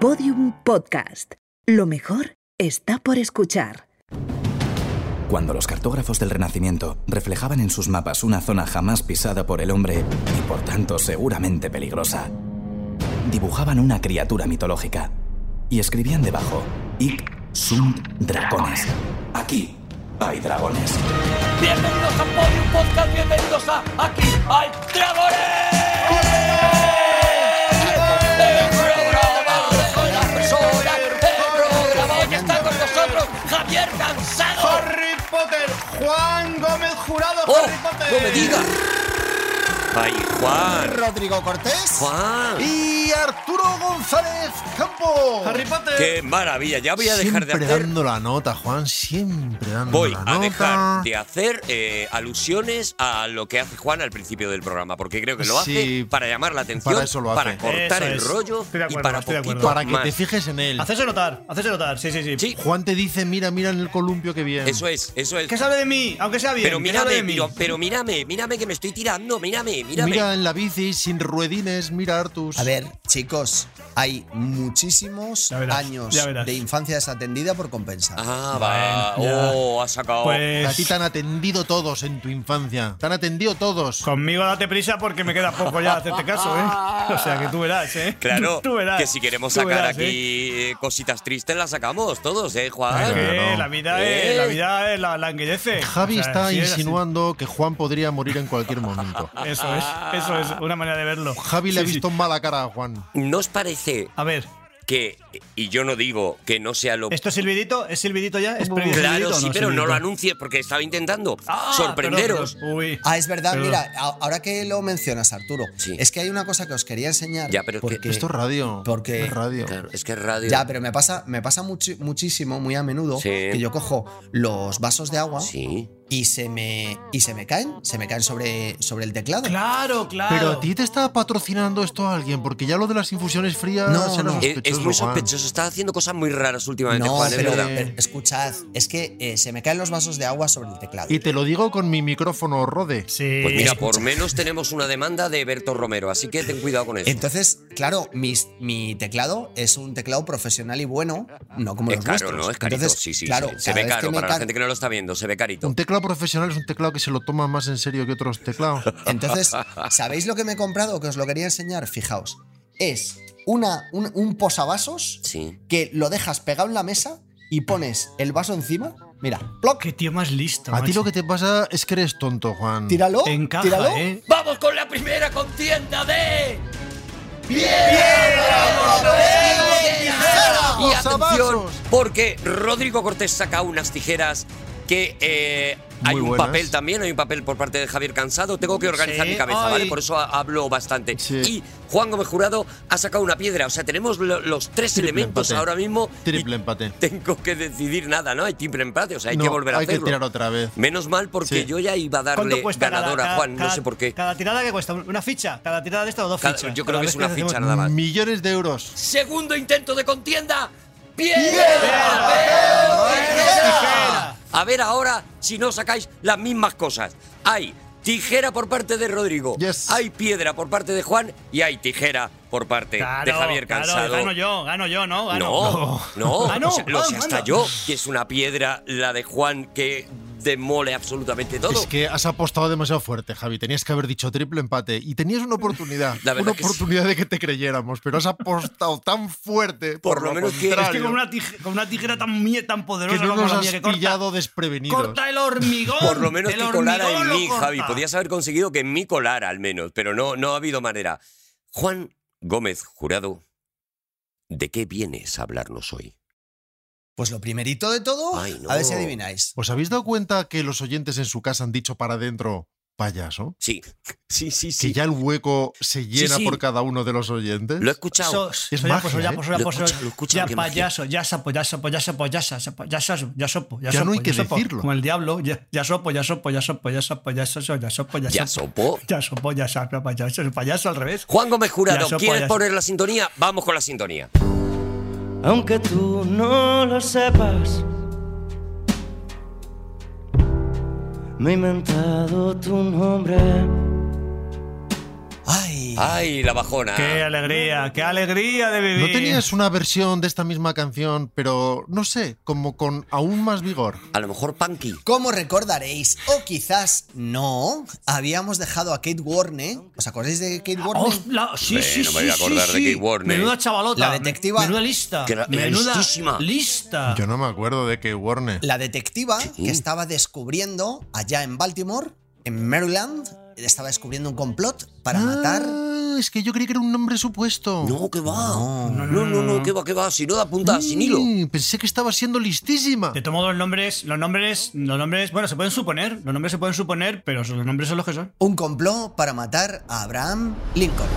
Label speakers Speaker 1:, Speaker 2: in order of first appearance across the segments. Speaker 1: Podium Podcast. Lo mejor está por escuchar.
Speaker 2: Cuando los cartógrafos del Renacimiento reflejaban en sus mapas una zona jamás pisada por el hombre y por tanto seguramente peligrosa, dibujaban una criatura mitológica y escribían debajo: Ic sunt dragones. Aquí hay dragones.
Speaker 3: Bienvenidos a Podium Podcast, bienvenidos a Aquí hay Dragones. El programa de las personas, el programa. Hoy está con nosotros Javier Cansado.
Speaker 4: Harry Potter, Juan Gómez Jurado,
Speaker 3: ¡Oh!
Speaker 4: Harry Potter.
Speaker 3: ¡No me digas! ¡Ay, Juan!
Speaker 4: Rodrigo Cortés.
Speaker 3: ¡Juan!
Speaker 4: Y Arturo González Campo. Harry Potter.
Speaker 3: ¡Qué maravilla! Ya voy a dejar
Speaker 5: siempre
Speaker 3: de hacer.
Speaker 5: dando la nota, Juan, siempre dando
Speaker 3: Voy
Speaker 5: la nota.
Speaker 3: a dejar de hacer eh, alusiones a lo que hace Juan al principio del programa, porque creo que lo hace
Speaker 5: Sí,
Speaker 3: para llamar la atención,
Speaker 5: para eso lo
Speaker 3: para
Speaker 5: hace.
Speaker 3: cortar
Speaker 6: Eso
Speaker 3: el
Speaker 6: es.
Speaker 3: rollo
Speaker 6: Estoy de
Speaker 3: y
Speaker 6: acuerdo,
Speaker 3: para
Speaker 6: estoy de
Speaker 3: poquito
Speaker 6: acuerdo.
Speaker 5: Para que
Speaker 3: más.
Speaker 5: te fijes en él.
Speaker 6: Hacese notar, hacese notar, sí, sí, sí.
Speaker 3: Sí,
Speaker 5: Juan te dice, mira, mira en el columpio que bien.
Speaker 3: eso es, eso es.
Speaker 6: Que sabe de mí, aunque sea bien.
Speaker 3: Pero
Speaker 6: que sabe
Speaker 3: mírame,
Speaker 6: de mí.
Speaker 3: pero, pero mírame, mírame que me estoy tirando, mírame, mírame.
Speaker 5: Mira en la bici, sin ruedines, mira Artus.
Speaker 7: A ver, chicos, hay muchísimos
Speaker 6: Ya verás,
Speaker 7: años
Speaker 6: ya verás.
Speaker 7: de infancia desatendida por compensar.
Speaker 3: Ah, va.
Speaker 6: Bueno, ya.
Speaker 3: oh, ha sacado.
Speaker 5: A ti
Speaker 6: Pues.
Speaker 5: te han atendido todos en tu infancia. Te han atendido todos.
Speaker 6: Conmigo date prisa porque me queda poco ya de hacerte caso, ¿eh? O sea que tú verás, ¿eh?
Speaker 3: claro,
Speaker 6: tú verás.
Speaker 3: que si queremos
Speaker 6: Tú
Speaker 3: sacar
Speaker 6: verás, ¿eh?
Speaker 3: aquí eh, cositas tristes, las sacamos todos, ¿eh, Juan?
Speaker 6: Que
Speaker 5: Claro.
Speaker 6: la vida
Speaker 3: Eh.
Speaker 6: es, la vida es, la, la enguellece.
Speaker 5: Javi
Speaker 6: O sea,
Speaker 5: está
Speaker 6: si es así.
Speaker 5: insinuando que Juan podría morir en cualquier momento.
Speaker 6: Eso es, eso es una manera de verlo.
Speaker 5: Javi le ha
Speaker 6: Sí, sí.
Speaker 5: visto mala cara a Juan.
Speaker 3: ¿No os parece
Speaker 6: A ver,
Speaker 3: que, y yo no digo que no sea lo
Speaker 6: ¿esto es silbidito? ¿Es silbidito ya? ¿Es previo
Speaker 3: Claro,
Speaker 6: silbidito o
Speaker 3: sí,
Speaker 6: no es
Speaker 3: pero no
Speaker 6: silbidito?
Speaker 3: lo anuncies porque estaba intentando
Speaker 6: Ah,
Speaker 3: sorprenderos.
Speaker 6: perdón, perdón. Uy.
Speaker 7: Ah, es verdad,
Speaker 6: Perdón.
Speaker 7: mira, a- ahora que lo mencionas, Arturo,
Speaker 3: Sí.
Speaker 7: es que hay una cosa que os quería enseñar.
Speaker 3: Ya, pero es que-
Speaker 7: porque-
Speaker 5: Esto es radio.
Speaker 7: Porque-
Speaker 5: Es radio.
Speaker 3: Claro, es que es radio.
Speaker 7: Ya, pero me pasa, me pasa muchi- muchísimo, muy a menudo,
Speaker 3: Sí.
Speaker 7: que yo cojo los vasos de agua
Speaker 3: Sí.
Speaker 7: y se me y se me caen, se me caen sobre, sobre el teclado.
Speaker 6: Claro, claro.
Speaker 5: Pero a ti te está patrocinando esto alguien, porque ya lo de las infusiones frías
Speaker 7: No,
Speaker 5: era
Speaker 7: no.
Speaker 3: Eh, Es- Es,
Speaker 5: sospechoso.
Speaker 3: muy
Speaker 5: Juan.
Speaker 3: sospechoso, está haciendo cosas muy raras últimamente,
Speaker 7: No,
Speaker 3: Juan, es
Speaker 7: pero, eh,
Speaker 3: verdad.
Speaker 7: pero escuchad, es que eh, se me caen los vasos de agua sobre el teclado.
Speaker 5: Y te lo digo con mi micrófono Rode.
Speaker 6: Sí.
Speaker 3: Pues mira, por menos tenemos una demanda de Berto Romero, así que ten cuidado con eso.
Speaker 7: Entonces, claro, mis- mi teclado es un teclado profesional y bueno, no como
Speaker 3: es
Speaker 7: los
Speaker 3: caro,
Speaker 7: vuestros.
Speaker 3: ¿no? Es carito.
Speaker 7: Entonces,
Speaker 3: sí, sí.
Speaker 7: claro,
Speaker 3: se- se
Speaker 7: cada
Speaker 3: ve
Speaker 7: vez que
Speaker 3: caro.
Speaker 7: me
Speaker 3: Para la
Speaker 7: car-
Speaker 3: gente que no lo está viendo, se ve carito.
Speaker 5: Un teclado profesional es un teclado que se lo toma más en serio que otros teclados.
Speaker 7: Entonces, ¿sabéis lo que me he comprado? Que os lo quería enseñar, fijaos. Es una, un, un posavasos
Speaker 3: Sí.
Speaker 7: que lo dejas pegado en la mesa y pones el vaso encima. Mira, ploc,
Speaker 6: Qué tío más listo.
Speaker 5: A ti
Speaker 6: macho.
Speaker 5: lo que te pasa es que eres tonto, Juan.
Speaker 7: tíralo,
Speaker 6: Encaja,
Speaker 7: tíralo.
Speaker 6: ¿eh?
Speaker 3: ¡Vamos con la primera contienda de. Y atención,
Speaker 5: Posavasos.
Speaker 3: porque Rodrigo Cortés saca unas tijeras que eh, hay
Speaker 5: Muy
Speaker 3: un
Speaker 5: buenas.
Speaker 3: papel también, hay un papel por parte de Javier Cansado. Tengo que organizar
Speaker 6: Sí,
Speaker 3: mi cabeza,
Speaker 6: ay.
Speaker 3: ¿vale? Por eso ha- hablo bastante.
Speaker 5: Sí.
Speaker 3: Y Juan Gómez Jurado ha sacado una piedra. O sea, tenemos lo- los tres
Speaker 5: Triple
Speaker 3: elementos
Speaker 5: empate.
Speaker 3: ahora mismo. y
Speaker 5: Triple empate.
Speaker 3: Tengo que decidir nada, ¿no? Hay triple empate, o sea, hay
Speaker 5: No,
Speaker 3: que volver a
Speaker 5: hay que
Speaker 3: hacerlo.
Speaker 5: tirar otra vez.
Speaker 3: Menos mal porque
Speaker 5: Sí.
Speaker 3: yo ya iba a
Speaker 6: ¿Cuánto
Speaker 3: darle
Speaker 6: cuesta cada-
Speaker 3: ganador a
Speaker 6: cada-
Speaker 3: Juan, no
Speaker 6: cada-
Speaker 3: sé por qué.
Speaker 6: Cada tirada que cuesta una ficha, cada tirada de esta o dos
Speaker 3: Cada-
Speaker 6: fichas.
Speaker 3: yo creo
Speaker 6: Cada
Speaker 3: que es
Speaker 6: vez
Speaker 3: una
Speaker 6: nos
Speaker 3: ficha
Speaker 6: hacemos-
Speaker 3: nada más.
Speaker 5: Millones de euros.
Speaker 3: Segundo intento de contienda. ¡Piedra!
Speaker 6: Tijera.
Speaker 3: A ver ahora si no sacáis las mismas cosas. Hay tijera por parte de Rodrigo,
Speaker 5: Yes.
Speaker 3: hay piedra por parte de Juan y hay tijera por parte Eh, de
Speaker 6: Claro,
Speaker 3: Javier
Speaker 6: claro,
Speaker 3: Cansado.
Speaker 6: gano yo, gano yo, ¿no? Gano.
Speaker 3: No, no,
Speaker 6: Ah, no,
Speaker 3: o sea, lo
Speaker 6: ah,
Speaker 3: sé hasta
Speaker 6: anda.
Speaker 3: yo, que es una piedra la de Juan que demole absolutamente todo.
Speaker 5: Es que has apostado demasiado fuerte, Javi. Tenías que haber dicho triple empate y tenías una oportunidad.
Speaker 3: La verdad
Speaker 5: una
Speaker 3: que sí.
Speaker 5: oportunidad de que te creyéramos, pero has apostado tan fuerte.
Speaker 3: Por
Speaker 5: Por,
Speaker 3: lo menos que-
Speaker 6: Es
Speaker 5: contrario,
Speaker 6: que con una, tijera, con una tijera tan, mie- tan poderosa
Speaker 5: no
Speaker 6: como
Speaker 5: nos
Speaker 6: la
Speaker 5: has
Speaker 6: mía que corta,
Speaker 5: pillado desprevenidos.
Speaker 6: corta el hormigón.
Speaker 3: Por lo menos
Speaker 6: el
Speaker 3: que colara
Speaker 6: hormigón
Speaker 3: en
Speaker 6: lo
Speaker 3: mí,
Speaker 6: corta.
Speaker 3: Javi. Podías haber conseguido que en mí colara al menos, pero no, no ha habido manera. Juan Gómez Jurado, ¿de qué vienes a hablarnos hoy?
Speaker 7: Pues lo primerito de todo,
Speaker 3: Ay, no.
Speaker 7: a ver si adivináis.
Speaker 5: ¿Os habéis dado cuenta que los oyentes en su casa han dicho para adentro payaso?
Speaker 3: Sí, sí, sí,
Speaker 5: Que
Speaker 3: sí.
Speaker 5: ya el hueco se llena
Speaker 3: sí.
Speaker 5: por cada uno de los oyentes.
Speaker 3: Lo he escuchado.
Speaker 6: So-
Speaker 5: Es
Speaker 6: so- ya, pues,
Speaker 5: magia,
Speaker 6: ya,
Speaker 5: ¿eh?
Speaker 6: pues, ya,
Speaker 3: Lo
Speaker 6: pues,
Speaker 3: escucha, lo escucha,
Speaker 6: ya,
Speaker 3: qué magia.
Speaker 6: payaso, ya sapo, ya sapo, ya sapo, ya sapo, ya sapo, ya sopo, ya
Speaker 5: Ya no
Speaker 6: sopo,
Speaker 5: hay que
Speaker 6: ya sopo,
Speaker 5: decirlo.
Speaker 6: Como el diablo, ya, ya sopo, ya sopo, ya sopo, ya sopo, ya sopo, ya sopo, ya
Speaker 3: ya
Speaker 6: sopo.
Speaker 3: sopó.
Speaker 6: Ya sopo, ya sapo, payaso, el payaso al revés.
Speaker 3: Juan Gómez Jurado,
Speaker 6: Ya sopo,
Speaker 3: ¿quieres
Speaker 6: ya sopo.
Speaker 3: poner la sintonía? Vamos con la sintonía.
Speaker 8: aunque tú no lo sepas. Me he inventado tu nombre.
Speaker 7: Ay,
Speaker 6: Ay,
Speaker 3: ¡Ay, la bajona!
Speaker 6: qué alegría, qué alegría de vivir.
Speaker 5: ¿No tenías una versión de esta misma canción, pero no sé, como con aún más vigor?
Speaker 3: A lo mejor Punky.
Speaker 7: Como recordaréis, o quizás no, habíamos dejado a Kate Warner. ¿Os acordáis de Kate
Speaker 6: Ah,
Speaker 7: Warner?
Speaker 6: oh.
Speaker 8: Ostla, sí,
Speaker 3: Hombre,
Speaker 8: sí,
Speaker 3: no me
Speaker 8: sí,
Speaker 3: voy a
Speaker 8: sí,
Speaker 3: acordar de
Speaker 8: sí.
Speaker 3: Kate Warner. ¿eh?
Speaker 8: Menuda chavalota.
Speaker 7: La detectiva.
Speaker 8: Menuda lista.
Speaker 3: Que era
Speaker 8: menuda
Speaker 3: listísima. Ah.
Speaker 8: lista.
Speaker 5: Yo no me acuerdo de que Warner.
Speaker 7: La detectiva que estaba descubriendo allá en Baltimore, en Maryland, estaba descubriendo un complot para matar.
Speaker 5: Ah, es que yo creí que era un nombre supuesto.
Speaker 3: No, que
Speaker 7: Oh.
Speaker 3: va. No, no, no, qué va, qué va. Si no da punta, sin hilo.
Speaker 5: Mm, Pensé que estaba siendo listísima.
Speaker 6: De todos modos, los nombres, los nombres, los nombres, bueno, se pueden suponer, los nombres se pueden suponer, pero son- los nombres son los que son.
Speaker 7: Un complot para matar a Abraham Lincoln.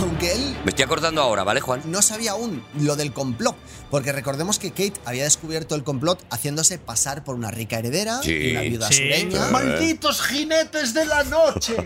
Speaker 7: Aunque él
Speaker 3: Me estoy acordando ahora, ¿vale, Juan?
Speaker 7: no sabía aún lo del complot, porque recordemos que Kate había descubierto el complot haciéndose pasar por una rica heredera
Speaker 3: Sí.
Speaker 7: y una viuda
Speaker 6: Sí.
Speaker 3: Eh.
Speaker 7: sureña.
Speaker 4: Malditos jinetes de la noche.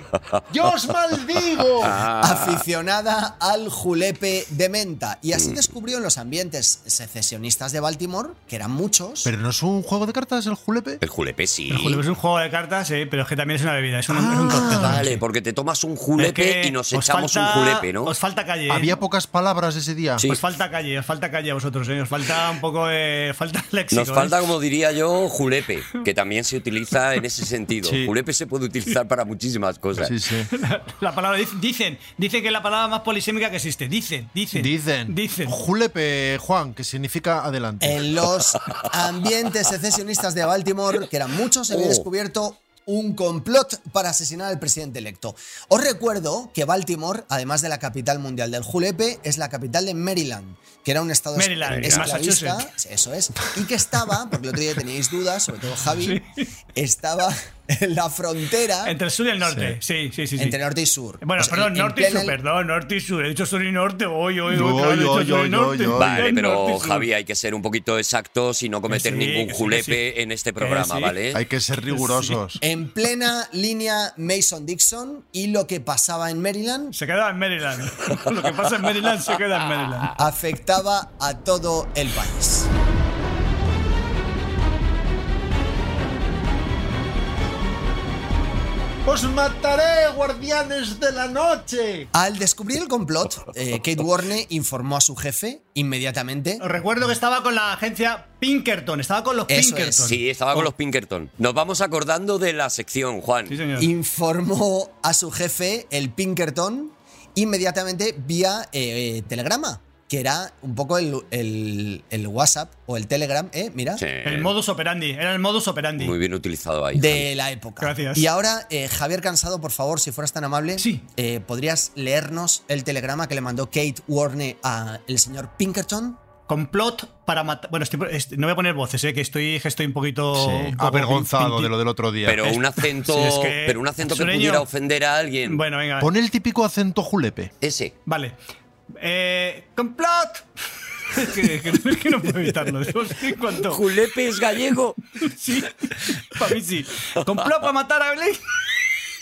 Speaker 4: Yo os maldigo.
Speaker 3: Ah.
Speaker 7: aficionada al julepe de menta. Y así descubrió en los ambientes secesionistas de Baltimore, que eran muchos.
Speaker 5: ¿Pero no es un juego de cartas el
Speaker 6: Eh.
Speaker 5: julepe?
Speaker 3: El julepe sí.
Speaker 6: El julepe es un juego de cartas, sí, pero es que también es una bebida, es un, es
Speaker 5: Ah.
Speaker 6: un cóctel.
Speaker 3: Vale, porque te tomas un julepe
Speaker 6: Es que
Speaker 3: y nos
Speaker 6: os
Speaker 3: echamos
Speaker 6: falta-
Speaker 3: un julepe, ¿no?
Speaker 6: Os falta calle. ¿eh?
Speaker 5: Había pocas palabras ese día.
Speaker 3: Sí.
Speaker 6: Os falta calle, os falta calle a vosotros, ¿eh? Os falta un poco de. Falta léxico.
Speaker 3: Nos falta,
Speaker 6: ¿eh?
Speaker 3: como diría yo, julepe, que también se utiliza en ese sentido. Julepe se puede utilizar para muchísimas cosas.
Speaker 5: Sí, sí.
Speaker 6: La palabra. dic- Dicen, dicen que es la palabra más polisémica que existe. Dicen, dicen.
Speaker 5: Dicen.
Speaker 6: Dicen.
Speaker 5: Julepe, Juan, que significa adelante.
Speaker 7: En los ambientes secesionistas de Baltimore, que eran muchos, se había
Speaker 3: Oh.
Speaker 7: descubierto un complot para asesinar al presidente electo. Os recuerdo que Baltimore, además de la capital mundial del julepe, es la capital de Maryland, que era un estado es-
Speaker 6: Maryland,
Speaker 7: esclavista,
Speaker 6: Massachusetts.
Speaker 7: eso es, y que estaba, porque el otro día teníais dudas, sobre todo Javi, estaba en la frontera
Speaker 6: Entre el sur y el norte. Sí, sí, sí. sí.
Speaker 7: entre norte y sur.
Speaker 6: Bueno,
Speaker 7: O sea,
Speaker 6: perdón,
Speaker 7: en- en
Speaker 6: norte y
Speaker 7: plena-
Speaker 6: sur, perdón, norte y sur. He dicho sur y norte, hoy, hoy,
Speaker 5: Yo, yo,
Speaker 6: hoy,
Speaker 5: yo, yo, yo.
Speaker 3: Vale, pero Javi, hay que ser un poquito exactos y no cometer
Speaker 6: sí,
Speaker 3: ningún
Speaker 6: que sí,
Speaker 3: julepe
Speaker 6: que sí.
Speaker 3: en
Speaker 6: Eh,
Speaker 3: este programa,
Speaker 6: sí.
Speaker 3: ¿vale?
Speaker 5: Hay que ser rigurosos.
Speaker 7: En plena línea Mason-Dixon y lo que pasaba en Maryland
Speaker 6: Se queda en Maryland. Lo que pasa en Maryland se queda en Maryland.
Speaker 7: afectaba a todo el país.
Speaker 4: Os mataré, guardianes de la noche.
Speaker 7: Al descubrir el complot, eh, Kate Warner informó a su jefe inmediatamente.
Speaker 6: Os recuerdo que estaba con la agencia Pinkerton. Estaba con los
Speaker 7: Eso
Speaker 6: Pinkerton.
Speaker 7: es.
Speaker 3: Sí, estaba con los Pinkerton. Nos vamos acordando de la sección, Juan.
Speaker 6: Sí, señor.
Speaker 7: Informó a su jefe, el Pinkerton, inmediatamente vía eh, eh, telegrama, que era un poco el, el- el WhatsApp o el Telegram, ¿eh? Mira.
Speaker 3: Sí.
Speaker 6: El modus operandi. Era el modus operandi.
Speaker 3: Muy bien utilizado ahí.
Speaker 7: De la época.
Speaker 6: Gracias.
Speaker 7: Y ahora, eh, Javier Cansado, por favor, si fueras tan amable,
Speaker 6: Sí.
Speaker 7: eh, ¿podrías leernos el telegrama que le mandó Kate Warner al señor Pinkerton?
Speaker 6: Complot para matar. Bueno, estoy- est- no voy a poner voces, eh, que estoy, que estoy un poquito.
Speaker 5: Sí,
Speaker 6: un poco
Speaker 5: Oh, avergonzado
Speaker 6: pinti-
Speaker 5: de lo del otro día.
Speaker 3: Pero un acento,
Speaker 6: Sí, es que-
Speaker 3: pero un acento que
Speaker 6: Sureño.
Speaker 3: pudiera ofender a alguien.
Speaker 6: Bueno, venga.
Speaker 5: Pon el típico acento julepe.
Speaker 3: Ese.
Speaker 6: Vale. Eh, ¡Complot! es, que, es que- es que no puedo evitarlo. Digo, sí, ¿Cuánto?
Speaker 3: Julepe es gallego.
Speaker 6: Sí, para mí sí. Complot para matar a Blake.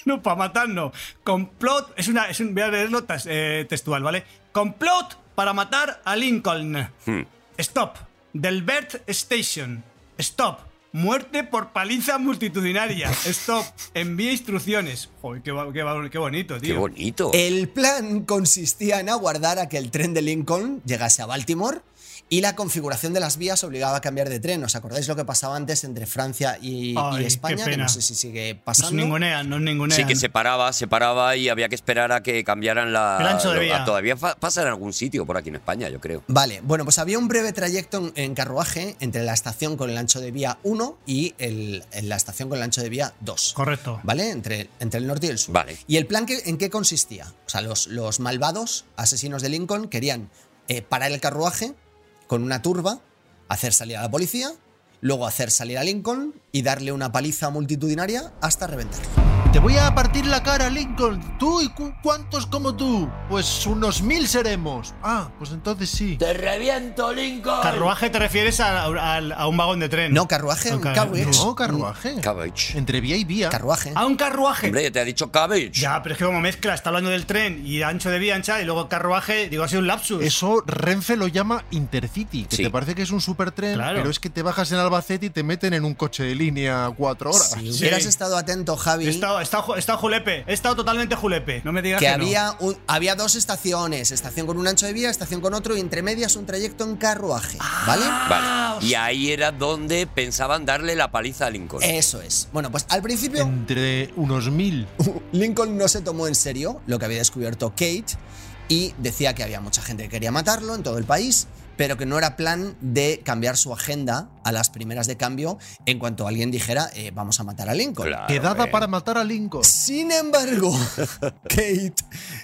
Speaker 6: No, para matar no. Complot. Es una. Es un, voy a leerlo tas- eh, textual, ¿vale? Complot para matar a Lincoln.
Speaker 3: Hmm.
Speaker 6: Stop. Delbert Station. Stop. Muerte por paliza multitudinaria. Stop. Envía instrucciones. Joder, qué, va- qué va- qué bonito, tío.
Speaker 3: Qué bonito.
Speaker 7: El plan consistía en aguardar a que el tren de Lincoln llegase a Baltimore y la configuración de las vías obligaba a cambiar de tren. ¿Os acordáis lo que pasaba antes entre Francia y, y
Speaker 6: Ay, qué
Speaker 7: España? Que
Speaker 6: pena.
Speaker 7: no sé si sigue
Speaker 6: nos
Speaker 7: pasando.
Speaker 6: ningunean, nos ningunean.
Speaker 3: Sí, que se paraba, se paraba y había que esperar a que cambiaran la.
Speaker 6: El ancho de
Speaker 3: lo-
Speaker 6: vía.
Speaker 3: Todavía fa- pasa en algún sitio por aquí en España, yo creo.
Speaker 7: Vale, bueno, pues había un breve trayecto en, en carruaje entre la estación con el ancho de vía 1 y el- en la estación con el ancho de vía 2.
Speaker 6: Correcto.
Speaker 7: ¿Vale? Entre, entre el norte y el sur.
Speaker 3: Vale.
Speaker 7: ¿Y el plan que- en qué consistía? O sea, los, los malvados asesinos de Lincoln querían eh, parar el carruaje con una turba, hacer salir a la policía, luego hacer salir a Lincoln y darle una paliza multitudinaria hasta reventarlo.
Speaker 5: Te voy a partir la cara, Lincoln. ¿Tú y cu- cuántos como tú? Pues unos mil seremos. Ah, pues entonces sí.
Speaker 6: Carruaje te refieres a, a- a un vagón de tren.
Speaker 7: No, carruaje, un
Speaker 6: Ok,
Speaker 7: carriage.
Speaker 5: No, carruaje.
Speaker 3: Cabbage.
Speaker 5: Entre vía y vía.
Speaker 7: mm, Carruaje.
Speaker 6: A un carruaje.
Speaker 3: Hombre, te ha dicho cabbage.
Speaker 6: Ya, pero es que como mezcla, está hablando del tren y ancho de vía ancha y luego carruaje, digo, ha sido un lapsus.
Speaker 5: Eso Renfe lo llama Intercity, que
Speaker 3: Sí.
Speaker 5: te parece que es un supertren,
Speaker 6: Claro.
Speaker 5: pero es que te bajas en Albacete y te meten en un coche de línea cuatro horas.
Speaker 7: Si
Speaker 6: Sí.
Speaker 7: hubieras estado atento, Javi,
Speaker 6: He estado, he estado- he estado julepe, he estado totalmente julepe. No me digas que,
Speaker 7: que
Speaker 6: no.
Speaker 7: había, un- había dos estaciones, estación con un ancho de vía, estación con otro, y entre medias un trayecto en carruaje, ¿vale?
Speaker 6: Ah.
Speaker 7: Ah,
Speaker 3: Vale. Y ahí era donde pensaban darle la paliza a Lincoln.
Speaker 7: Eso es. Bueno, pues al principio
Speaker 5: Entre unos mil.
Speaker 7: Ah, Lincoln no se tomó en serio lo que había descubierto Kate y decía que había mucha gente que quería matarlo en todo el país, pero que no era plan de cambiar su agenda a las primeras de cambio en cuanto alguien dijera eh, vamos a matar a Lincoln.
Speaker 3: Claro,
Speaker 5: Quedada
Speaker 3: eh.
Speaker 5: para matar a Lincoln.
Speaker 7: Sin embargo, Kate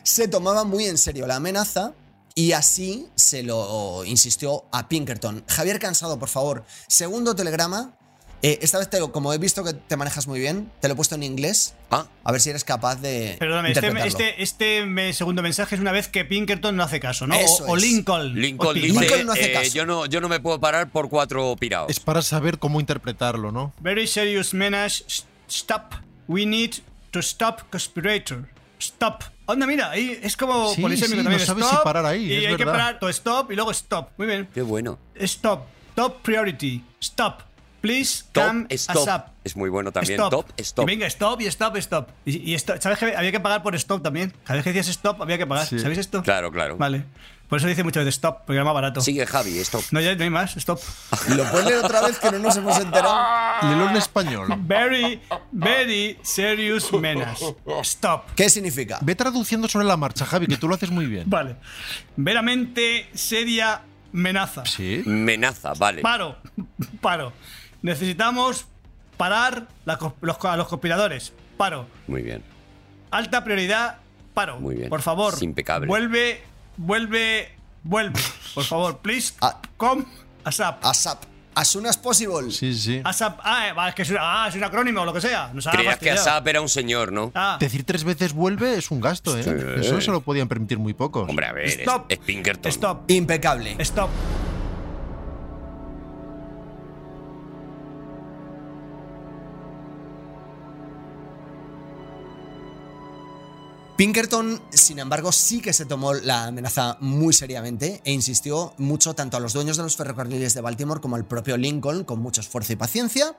Speaker 7: se tomaba muy en serio la amenaza y así se lo insistió a Pinkerton. Javier Cansado, por favor, segundo telegrama. Eh, esta vez, te lo- como he visto que te manejas muy bien, te lo he puesto en inglés.
Speaker 3: Ah,
Speaker 7: A ver si eres capaz de.
Speaker 6: Perdóname, este,
Speaker 7: interpretarlo.
Speaker 6: este, este me- segundo mensaje es una vez que Pinkerton no hace caso, ¿no? O-
Speaker 7: Eso
Speaker 6: o,
Speaker 7: es.
Speaker 6: Lincoln.
Speaker 3: Lincoln
Speaker 6: O
Speaker 3: dice,
Speaker 6: Pinkerton.
Speaker 7: Lincoln no hace
Speaker 3: eh,
Speaker 7: caso.
Speaker 3: yo, no, yo no me puedo parar por cuatro piraos.
Speaker 5: Es para saber cómo interpretarlo, ¿no?
Speaker 6: Very serious menace. S- Stop. We need to stop conspirator. Stop. Onda, mira, ahí es como
Speaker 5: Sí,
Speaker 6: polisémico
Speaker 5: sí,
Speaker 6: también.
Speaker 5: no sabes
Speaker 6: Stop,
Speaker 5: si parar ahí,
Speaker 6: Y
Speaker 5: es
Speaker 6: hay que
Speaker 5: verdad.
Speaker 6: parar. to Stop y luego stop. Muy bien.
Speaker 3: Qué bueno.
Speaker 6: Stop. Top priority. Stop. Please
Speaker 3: Top,
Speaker 6: come
Speaker 3: stop.
Speaker 6: ASAP.
Speaker 3: Es muy bueno también.
Speaker 6: Stop.
Speaker 3: Top, stop.
Speaker 6: Y venga, stop y stop, stop. Y, y esto- ¿Sabes que había que pagar por stop también? Cada vez que decías stop había que pagar.
Speaker 5: Sí.
Speaker 6: ¿Sabéis esto?
Speaker 3: Claro, claro.
Speaker 6: Vale. Por eso dice muchas veces stop, porque era más barato.
Speaker 3: Sigue Javi, stop.
Speaker 6: No, ya no hay más. Stop. este-
Speaker 7: Lo puedes leer otra vez que no nos hemos enterado.
Speaker 5: Lelo en español.
Speaker 6: Very, very serious menace. Stop.
Speaker 7: ¿Qué significa?
Speaker 5: Ve traduciendo sobre la marcha, Javi, que tú lo haces muy bien.
Speaker 6: Vale. Veramente seria amenaza.
Speaker 5: Sí.
Speaker 3: Menaza, vale.
Speaker 6: Paro. Paro. Necesitamos parar la cons- los- a los conspiradores. Paro.
Speaker 3: Muy bien.
Speaker 6: Alta prioridad, paro.
Speaker 3: Muy bien.
Speaker 6: Por favor.
Speaker 3: Es impecable.
Speaker 6: Vuelve, vuelve, vuelve. Por favor, please.
Speaker 7: Ah.
Speaker 6: Come ASAP.
Speaker 3: Ah.
Speaker 7: ASAP. As soon as possible.
Speaker 5: Sí, sí.
Speaker 6: ASAP. Ah, eh, va, es que es, una- ah, es un acrónimo o lo que sea. Nos ha
Speaker 7: Ah,
Speaker 3: Creías que
Speaker 6: fastidiado.
Speaker 3: ASAP era un señor, ¿no?
Speaker 6: Ah,
Speaker 5: Decir tres veces vuelve es un gasto, ¿eh?
Speaker 3: Sí.
Speaker 5: Eso se lo podían permitir muy pocos.
Speaker 3: Hombre, a ver, es-
Speaker 6: Stop.
Speaker 3: es, Pinkerton.
Speaker 6: stop.
Speaker 7: Impecable.
Speaker 6: Stop.
Speaker 7: Pinkerton, sin embargo, sí que se tomó la amenaza muy seriamente e insistió mucho tanto a los dueños de los ferrocarriles de Baltimore como al propio Lincoln con mucho esfuerzo y paciencia.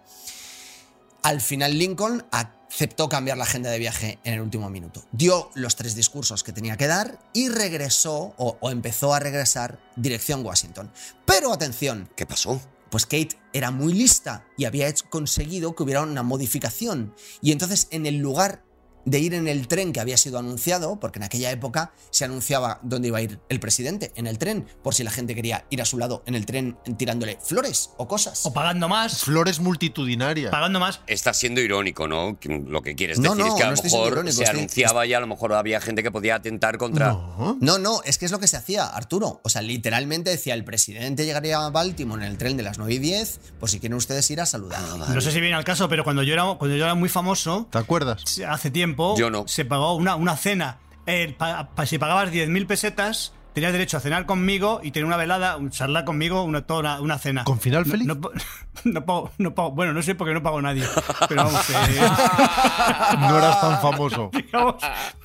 Speaker 7: Al final Lincoln aceptó cambiar la agenda de viaje en el último minuto. Dio los tres discursos que tenía que dar y regresó o, o empezó a regresar dirección Washington. Pero atención,
Speaker 3: ¿Qué pasó?
Speaker 7: pues Kate era muy lista y había hecho- conseguido que hubiera una modificación. Y entonces, en el lugar de ir en el tren que había sido anunciado, porque en aquella época se anunciaba dónde iba a ir el presidente, en el tren, por si la gente quería ir a su lado en el tren tirándole flores o cosas.
Speaker 6: O pagando más.
Speaker 5: Flores multitudinarias.
Speaker 6: Pagando más.
Speaker 3: Estás siendo irónico, ¿no? Que Lo que quieres
Speaker 7: No,
Speaker 3: decir es
Speaker 7: no,
Speaker 3: que a
Speaker 7: no
Speaker 3: lo
Speaker 7: estoy siendo
Speaker 3: mejor
Speaker 7: irónico,
Speaker 3: se
Speaker 7: estoy-
Speaker 3: anunciaba y a lo mejor había gente que podía atentar contra.
Speaker 5: No.
Speaker 7: No, no, es que es lo que se hacía, Arturo. O sea, literalmente decía, el presidente llegaría a Baltimore en el tren de las 9 y 10, por si quieren ustedes ir a saludar.
Speaker 3: Ah,
Speaker 6: No sé si viene al caso, pero cuando yo era, cuando yo era muy famoso,
Speaker 5: ¿Te acuerdas?
Speaker 6: se- hace tiempo
Speaker 3: Yo no.
Speaker 6: se pagó una, una cena. El pa- pa- si pagabas 10.000 pesetas, tenías derecho a cenar conmigo y tener una velada, un charlar conmigo, una, toda una, una cena.
Speaker 5: ¿Con final
Speaker 6: No-
Speaker 5: feliz?
Speaker 6: No, pa- no pago, no pago- Bueno, no sé por qué no pago a nadie. Pero vamos, eh,
Speaker 5: No eras tan famoso.
Speaker 6: digamos,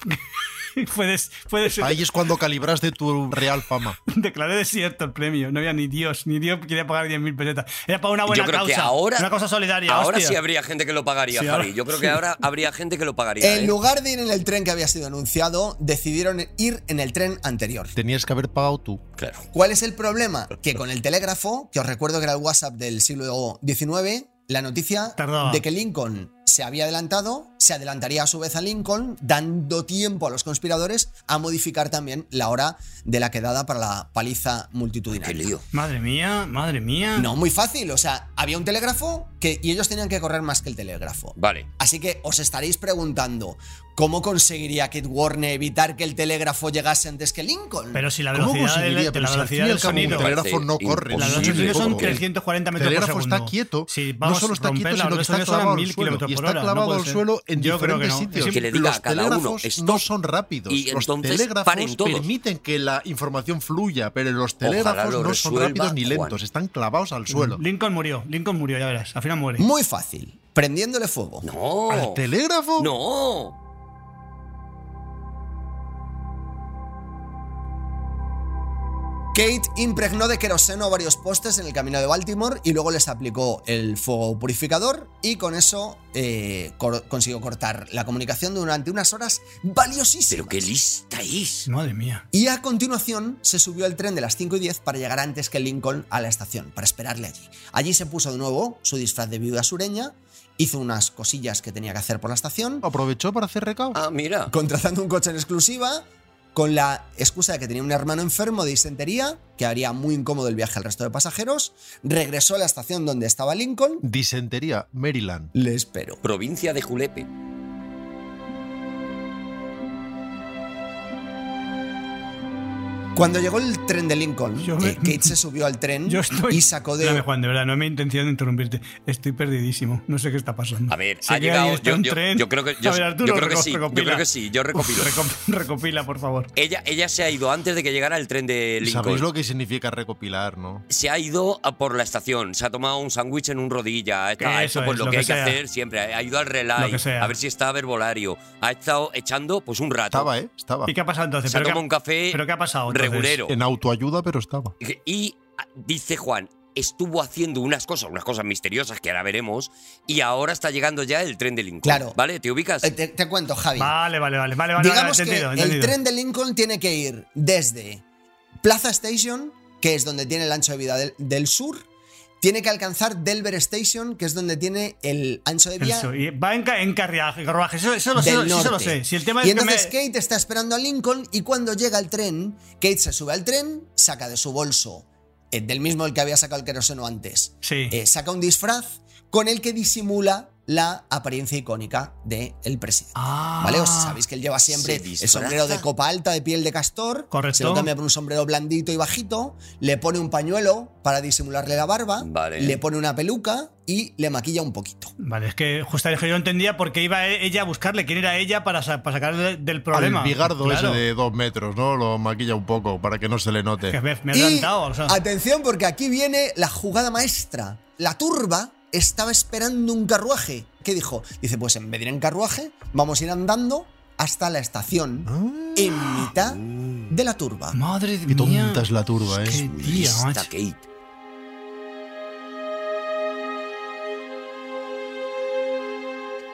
Speaker 6: eh, puedes, puedes,
Speaker 5: Ahí es cuando calibraste tu real fama.
Speaker 6: declaré desierto el premio. No había ni Dios, ni Dios quería pagar 10.000 pesetas. Era para una buena
Speaker 3: Yo creo
Speaker 6: causa.
Speaker 3: que ahora.
Speaker 6: una causa solidaria.
Speaker 3: Ahora
Speaker 6: hostia.
Speaker 3: sí habría gente que lo pagaría,
Speaker 6: Sí,
Speaker 3: Javi.
Speaker 6: ahora-
Speaker 3: Yo creo que ahora habría gente que lo pagaría.
Speaker 7: En
Speaker 3: ¿eh?
Speaker 7: lugar de ir en el tren que había sido anunciado, decidieron ir en el tren anterior.
Speaker 5: Tenías que haber pagado tú.
Speaker 3: Claro.
Speaker 7: ¿Cuál es el problema? Que con el telégrafo, que os recuerdo que era el WhatsApp del siglo XIX, la noticia
Speaker 6: Tardaba.
Speaker 7: de que Lincoln se había adelantado, se adelantaría a su vez a Lincoln, dando tiempo a los conspiradores a modificar también la hora de la quedada para la paliza
Speaker 3: Qué
Speaker 7: multitudinaria.
Speaker 3: lío.
Speaker 6: Madre mía, madre mía.
Speaker 7: No, muy fácil, o sea, había un telégrafo que, y ellos tenían que correr más que el telégrafo.
Speaker 3: Vale.
Speaker 7: Así que os estaréis preguntando, ¿cómo conseguiría Kit Warner evitar que el telégrafo llegase antes que Lincoln?
Speaker 6: Pero si la
Speaker 5: ¿Cómo
Speaker 6: velocidad, del-
Speaker 5: conseguiría?
Speaker 6: de
Speaker 5: Pero
Speaker 6: la
Speaker 5: si al fin
Speaker 6: velocidad
Speaker 5: y
Speaker 6: del
Speaker 5: al cabo un
Speaker 6: sonido.
Speaker 5: telégrafo no
Speaker 3: Parece
Speaker 5: corre.
Speaker 6: Las dos
Speaker 3: Sí,
Speaker 6: sonidos son
Speaker 3: porque el
Speaker 6: 340
Speaker 5: El
Speaker 6: metros por
Speaker 5: telégrafo
Speaker 6: segundo.
Speaker 5: está quieto.
Speaker 6: Sí,
Speaker 5: no
Speaker 6: vamos,
Speaker 5: solo está
Speaker 6: romper
Speaker 5: quieto,
Speaker 6: la
Speaker 5: sino que
Speaker 6: velocidad
Speaker 5: está
Speaker 6: de sonido
Speaker 5: clavado
Speaker 6: son
Speaker 5: al
Speaker 6: 1000
Speaker 5: suelo.
Speaker 6: kilómetros
Speaker 5: Y
Speaker 6: por
Speaker 5: está
Speaker 6: hora, no
Speaker 5: clavado
Speaker 6: puede
Speaker 5: al
Speaker 6: ser.
Speaker 5: suelo en
Speaker 6: Yo creo que
Speaker 5: diferentes
Speaker 6: no.
Speaker 5: sitios.
Speaker 3: Que le diga a
Speaker 5: Los
Speaker 3: cada uno,
Speaker 5: telégrafos
Speaker 3: stop.
Speaker 5: no son rápidos.
Speaker 3: Y
Speaker 5: Los
Speaker 3: entonces
Speaker 5: telégrafos
Speaker 3: paren todos.
Speaker 5: permiten que la información fluya, pero los
Speaker 3: Ojalá
Speaker 5: telégrafos
Speaker 3: lo
Speaker 5: no son
Speaker 3: resuelva
Speaker 5: rápidos ni
Speaker 3: Juan.
Speaker 5: lentos. Están clavados al suelo.
Speaker 6: Lincoln murió, Lincoln murió, ya verás. Al final muere.
Speaker 7: Muy fácil, prendiéndole fuego.
Speaker 3: No.
Speaker 5: ¿Al telégrafo?
Speaker 3: No.
Speaker 7: Kate impregnó de queroseno varios postes en el camino de Baltimore y luego les aplicó el fuego purificador y con eso eh, cor- consiguió cortar la comunicación durante unas horas valiosísimas.
Speaker 3: Pero qué lista es.
Speaker 6: Madre mía.
Speaker 7: Y a continuación se subió al tren de las 5 y 10 para llegar antes que Lincoln a la estación, para esperarle allí. Allí se puso de nuevo su disfraz de viuda sureña, hizo unas cosillas que tenía que hacer por la estación,
Speaker 5: Aprovechó para hacer recao.
Speaker 3: Ah, mira.
Speaker 7: contratando un coche en exclusiva, con la excusa de que tenía un hermano enfermo de disentería, que haría muy incómodo el viaje al resto de pasajeros, regresó a la estación donde estaba Lincoln,
Speaker 5: Disentería, Maryland.
Speaker 7: le esperó.
Speaker 3: Provincia de Julepe.
Speaker 7: Cuando llegó el tren de Lincoln,
Speaker 6: Yo me-
Speaker 7: eh, Kate se subió al tren
Speaker 6: Yo estoy.
Speaker 7: Mm. y sacó de...
Speaker 6: Espérame, Juan, de verdad, no es mi intención de interrumpirte. Estoy perdidísimo. No sé qué está pasando.
Speaker 3: A ver,
Speaker 6: Sé
Speaker 3: ha
Speaker 6: que
Speaker 3: llegado-
Speaker 6: ahí está
Speaker 3: yo-
Speaker 6: un
Speaker 3: yo-
Speaker 6: tren.
Speaker 3: yo creo que- yo-
Speaker 6: A ver, Arturo,
Speaker 3: yo creo que
Speaker 6: reco-
Speaker 3: sí, yo
Speaker 6: recopila.
Speaker 3: creo que sí, yo recopilo.
Speaker 6: recop- recopila, por favor.
Speaker 3: Ella, ella se ha ido antes de que llegara el tren de
Speaker 5: Sabéis
Speaker 3: Lincoln.
Speaker 5: lo que significa recopilar, ¿no?
Speaker 3: Se ha ido a por la estación, se ha tomado un sándwich en un rodilla, está
Speaker 6: Que
Speaker 3: hecho
Speaker 6: eso
Speaker 3: pues
Speaker 6: es,
Speaker 3: lo,
Speaker 6: lo
Speaker 3: que,
Speaker 6: que
Speaker 3: hay que
Speaker 6: sea.
Speaker 3: hacer siempre, ha ido al
Speaker 6: Lo
Speaker 3: relay,
Speaker 6: que sea.
Speaker 3: a ver si está verbolario, ha estado echando pues un rato,
Speaker 5: Estaba, ¿eh? Estaba.
Speaker 6: ¿Y qué ha pasado entonces?
Speaker 3: se ha
Speaker 6: ¿Pero qué ha-
Speaker 3: tomado un café
Speaker 6: ¿Pero qué ha pasado? entonces?
Speaker 3: regulero.
Speaker 5: En autoayuda, pero estaba.
Speaker 3: Y ah, dice Juan, estuvo haciendo unas cosas, unas cosas misteriosas que ahora veremos, y ahora está llegando ya el tren de Lincoln.
Speaker 7: Claro.
Speaker 3: ¿Vale? ¿Te ubicas?
Speaker 7: Eh, te, te cuento, Javi.
Speaker 6: Vale, vale, vale, vale, vale,
Speaker 7: Digamos
Speaker 6: vale, entendido,
Speaker 7: que el
Speaker 6: entendido.
Speaker 7: tren de Lincoln tiene que ir desde Plaza Station, que es donde tiene el ancho de vida del, del sur, tiene que alcanzar Delver Station, que es donde tiene el ancho de vía
Speaker 6: Eso, y va en, ca- en carruaje, carruaje, Eso, eso lo sé,
Speaker 7: del
Speaker 6: eso lo
Speaker 7: norte.
Speaker 6: sé. Si el tema
Speaker 7: y
Speaker 6: es que me-
Speaker 7: entonces Kate está esperando a Lincoln y cuando llega el tren, Kate se sube al tren, saca de su bolso, eh, del mismo el que había sacado el queroseno antes,
Speaker 6: Sí.
Speaker 7: eh, saca un disfraz con el que disimula la apariencia icónica del presidente.
Speaker 6: Ah.
Speaker 7: ¿Vale? Os sabéis que él lleva
Speaker 3: ¿se
Speaker 7: siempre el
Speaker 3: disfraza?
Speaker 7: sombrero de copa alta de piel de castor.
Speaker 6: Correcto.
Speaker 7: Se lo cambia por un sombrero blandito y bajito. Le pone un pañuelo para disimularle la barba.
Speaker 3: Vale.
Speaker 7: Le pone una peluca y le maquilla un poquito.
Speaker 6: Vale, es que justo yo no entendía por qué iba e- ella a buscarle, quién era ella para, sa- para sacarle del problema.
Speaker 5: Al bigardo
Speaker 6: Claro.
Speaker 5: ese de dos metros, ¿no? Lo maquilla un poco para que no se le note.
Speaker 6: Que me, me
Speaker 7: Y,
Speaker 6: has lanzado, o sea,
Speaker 7: Atención, porque aquí viene la jugada maestra. La turba estaba esperando un carruaje. ¿Qué dijo? Dice: Pues en vez de ir en carruaje, vamos a ir andando hasta la estación en mitad de la turba.
Speaker 6: Ah. Madre
Speaker 5: Qué
Speaker 6: mía.
Speaker 5: tonta es la turba,
Speaker 6: Qué
Speaker 5: ¿eh?
Speaker 6: tía,
Speaker 3: Lista,
Speaker 6: macho.
Speaker 3: Kate.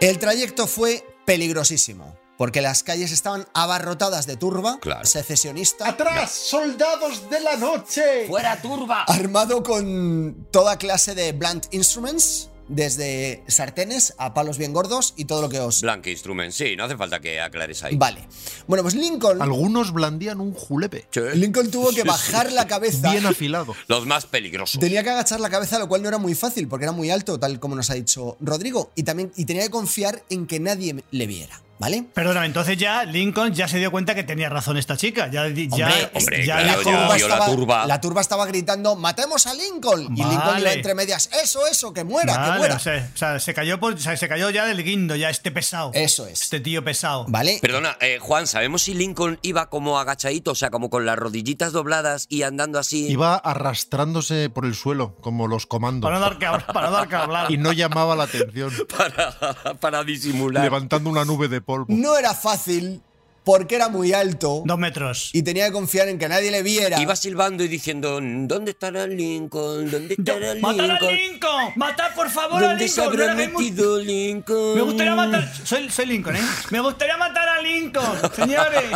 Speaker 7: El trayecto fue peligrosísimo, porque las calles estaban abarrotadas de turba,
Speaker 3: Claro.
Speaker 7: secesionista,
Speaker 4: ¡Atrás, soldados de la noche!
Speaker 3: ¡Fuera turba!
Speaker 7: armado con toda clase de blunt instruments, desde sartenes a palos bien gordos y todo lo que os...
Speaker 3: Blanca Instrument, sí, no hace falta que aclares ahí.
Speaker 7: Vale. Bueno, pues Lincoln,
Speaker 5: Algunos blandían un julepe.
Speaker 3: Sí.
Speaker 6: ¿eh?
Speaker 7: Lincoln tuvo que bajar la cabeza.
Speaker 5: Bien afilado.
Speaker 3: Los más peligrosos.
Speaker 7: Tenía que agachar la cabeza, lo cual no era muy fácil, porque era muy alto, tal como nos ha dicho Rodrigo, y también y tenía que confiar en que nadie le viera, ¿vale?
Speaker 6: Perdóname, entonces ya Lincoln ya se dio cuenta que tenía razón esta chica. Ya, ya,
Speaker 7: Hombre,
Speaker 3: hombre,
Speaker 6: ya,
Speaker 3: claro,
Speaker 6: dijo-
Speaker 3: ya vio la turba.
Speaker 7: la estaba gritando, matemos a Lincoln. Y Lincoln
Speaker 6: Vale.
Speaker 7: iba entre medias, eso, eso, que muera, que
Speaker 6: Vale,
Speaker 7: muera.
Speaker 6: o sea, o sea, se cayó por, o sea, se cayó ya del guindo, ya este pesado.
Speaker 7: Eso es.
Speaker 6: Este tío pesado.
Speaker 7: ¿Vale?
Speaker 3: Perdona, eh, Juan, ¿sabemos si Lincoln iba como agachadito, o sea, como con las rodillitas dobladas y andando así?
Speaker 5: Iba arrastrándose por el suelo, como los comandos.
Speaker 6: Para no dar que, hablar- para no dar que hablar.
Speaker 5: Y no llamaba la atención,
Speaker 3: Para, para disimular.
Speaker 5: levantando una nube de polvo.
Speaker 7: No era fácil porque era muy alto
Speaker 6: Dos metros.
Speaker 7: y tenía que confiar en que nadie le viera.
Speaker 3: Iba silbando y diciendo, ¿dónde estará Lincoln? ¿Dónde
Speaker 6: Yo-
Speaker 3: estará
Speaker 6: ¡Matar a
Speaker 3: Lincoln?
Speaker 6: Lincoln! ¡Matar, por favor, a
Speaker 3: ¿Dónde se
Speaker 6: Lincoln! No
Speaker 3: habrá
Speaker 6: le hagáis mu-
Speaker 3: metido Lincoln?
Speaker 6: Me gustaría matar. Soy, soy Lincoln, ¿eh? Me gustaría matar a Lincoln, señores.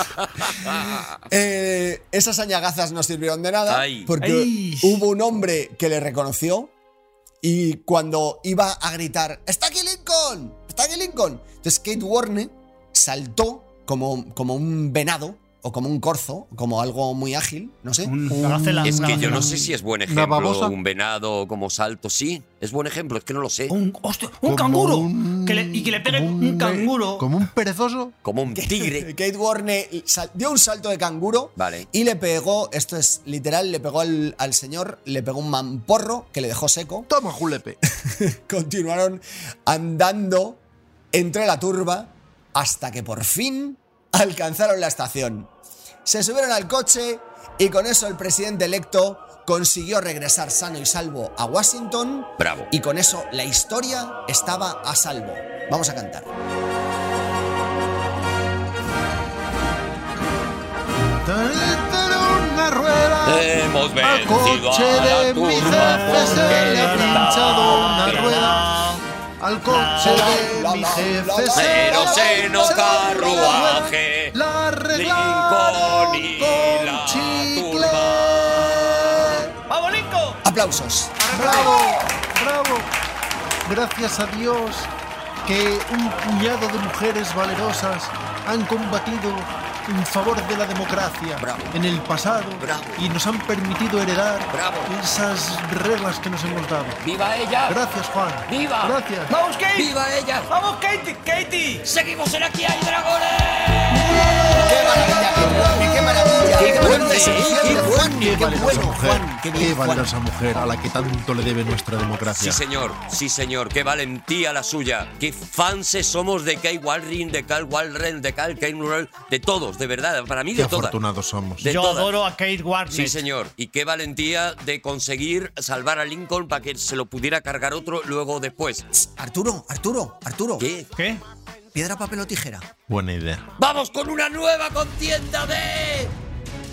Speaker 7: Eh, esas añagazas no sirvieron de nada
Speaker 3: Ay.
Speaker 7: porque
Speaker 6: Ay.
Speaker 7: hubo un hombre que le reconoció y cuando iba a gritar, ¡Está aquí Lincoln! ¡Está aquí Lincoln! Entonces Kate Warner saltó como, como un venado o como un corzo, como algo muy ágil, no sé.
Speaker 6: Un- una gacela,
Speaker 3: Es
Speaker 6: una
Speaker 3: que yo
Speaker 6: gacela.
Speaker 3: no sé si es buen
Speaker 5: Una
Speaker 3: ejemplo
Speaker 5: babosa.
Speaker 3: un venado como salto. Sí, es buen ejemplo, es que no lo sé.
Speaker 6: Un, hostia, un
Speaker 5: Como
Speaker 6: canguro.
Speaker 5: un-
Speaker 6: Que le- y que le pegue
Speaker 5: como
Speaker 6: un, canguro.
Speaker 5: Como un perezoso.
Speaker 3: Como un tigre.
Speaker 7: Kate Warner sal- dio un salto de canguro
Speaker 3: Vale.
Speaker 7: y le pegó, esto es literal, le pegó al, al señor, le pegó un mamporro que le dejó seco.
Speaker 5: Toma, julepe.
Speaker 7: continuaron andando entre la turba hasta que por fin alcanzaron la estación. Se subieron al coche y con eso el presidente electo consiguió regresar sano y salvo a Washington
Speaker 3: Bravo.
Speaker 7: y con eso la historia estaba a salvo. Vamos a cantar.
Speaker 5: Una rueda. Ah.
Speaker 3: Hemos
Speaker 9: hemos
Speaker 5: Al
Speaker 9: vencido
Speaker 5: coche
Speaker 9: a la
Speaker 5: de mi
Speaker 9: turba
Speaker 5: jefe se le ha
Speaker 9: porque
Speaker 5: pinchado una
Speaker 9: está
Speaker 5: rueda. Al coche de mi jefe se
Speaker 9: Pero
Speaker 5: le
Speaker 9: se
Speaker 5: ha
Speaker 9: nos
Speaker 5: pinchado una rueda.
Speaker 9: carruaje
Speaker 5: La arreglaron
Speaker 9: Lincoln y la
Speaker 5: con chicle.
Speaker 9: turba.
Speaker 6: ¡Vamos, Lincoln!
Speaker 7: Aplausos.
Speaker 5: ¡Bravo! ¡Bravo! Gracias a Dios que un puñado de mujeres valerosas han combatido en favor de la democracia
Speaker 9: Bravo.
Speaker 5: en el pasado
Speaker 9: Bravo.
Speaker 5: y nos han permitido heredar
Speaker 9: Bravo.
Speaker 5: esas reglas que nos hemos dado.
Speaker 9: ¡Viva ella!
Speaker 5: Gracias, Juan.
Speaker 9: ¡Viva!
Speaker 5: Gracias.
Speaker 6: ¡Vamos, Katie!
Speaker 9: ¡Viva ella!
Speaker 6: ¡Vamos, Katie! ¡Katie!
Speaker 9: ¡Seguimos en Aquí hay dragones!
Speaker 7: ¡Qué maravilla, qué maravilla, qué maravilla! ¡Qué
Speaker 9: bueno, eh,
Speaker 7: maravilla, qué
Speaker 9: qué
Speaker 7: Juan, ¡Qué
Speaker 5: valerosa
Speaker 7: bueno,
Speaker 5: mujer!
Speaker 7: Juan! ¡Qué
Speaker 5: ¡Qué
Speaker 7: bien, Juan!
Speaker 5: valerosa mujer a la que tanto le debe nuestra
Speaker 3: Sí,
Speaker 5: democracia!
Speaker 3: señor, sí, señor, qué valentía la suya. Qué fanses somos de Kay Walrin, de Cal Walren, de Cal Kane Rural, de todos, de verdad, para mí
Speaker 5: ¡Qué
Speaker 3: de todas.
Speaker 5: afortunados somos!
Speaker 3: De
Speaker 6: Yo
Speaker 3: todas.
Speaker 6: adoro a Kate Warner.
Speaker 3: Sí, señor. Y qué valentía de conseguir salvar a Lincoln para que se lo pudiera cargar otro luego después.
Speaker 7: Arturo, Arturo, Arturo.
Speaker 3: ¿Qué?
Speaker 6: ¿Qué?
Speaker 7: Piedra, papel o tijera.
Speaker 5: Buena idea.
Speaker 3: ¡Vamos con una nueva contienda de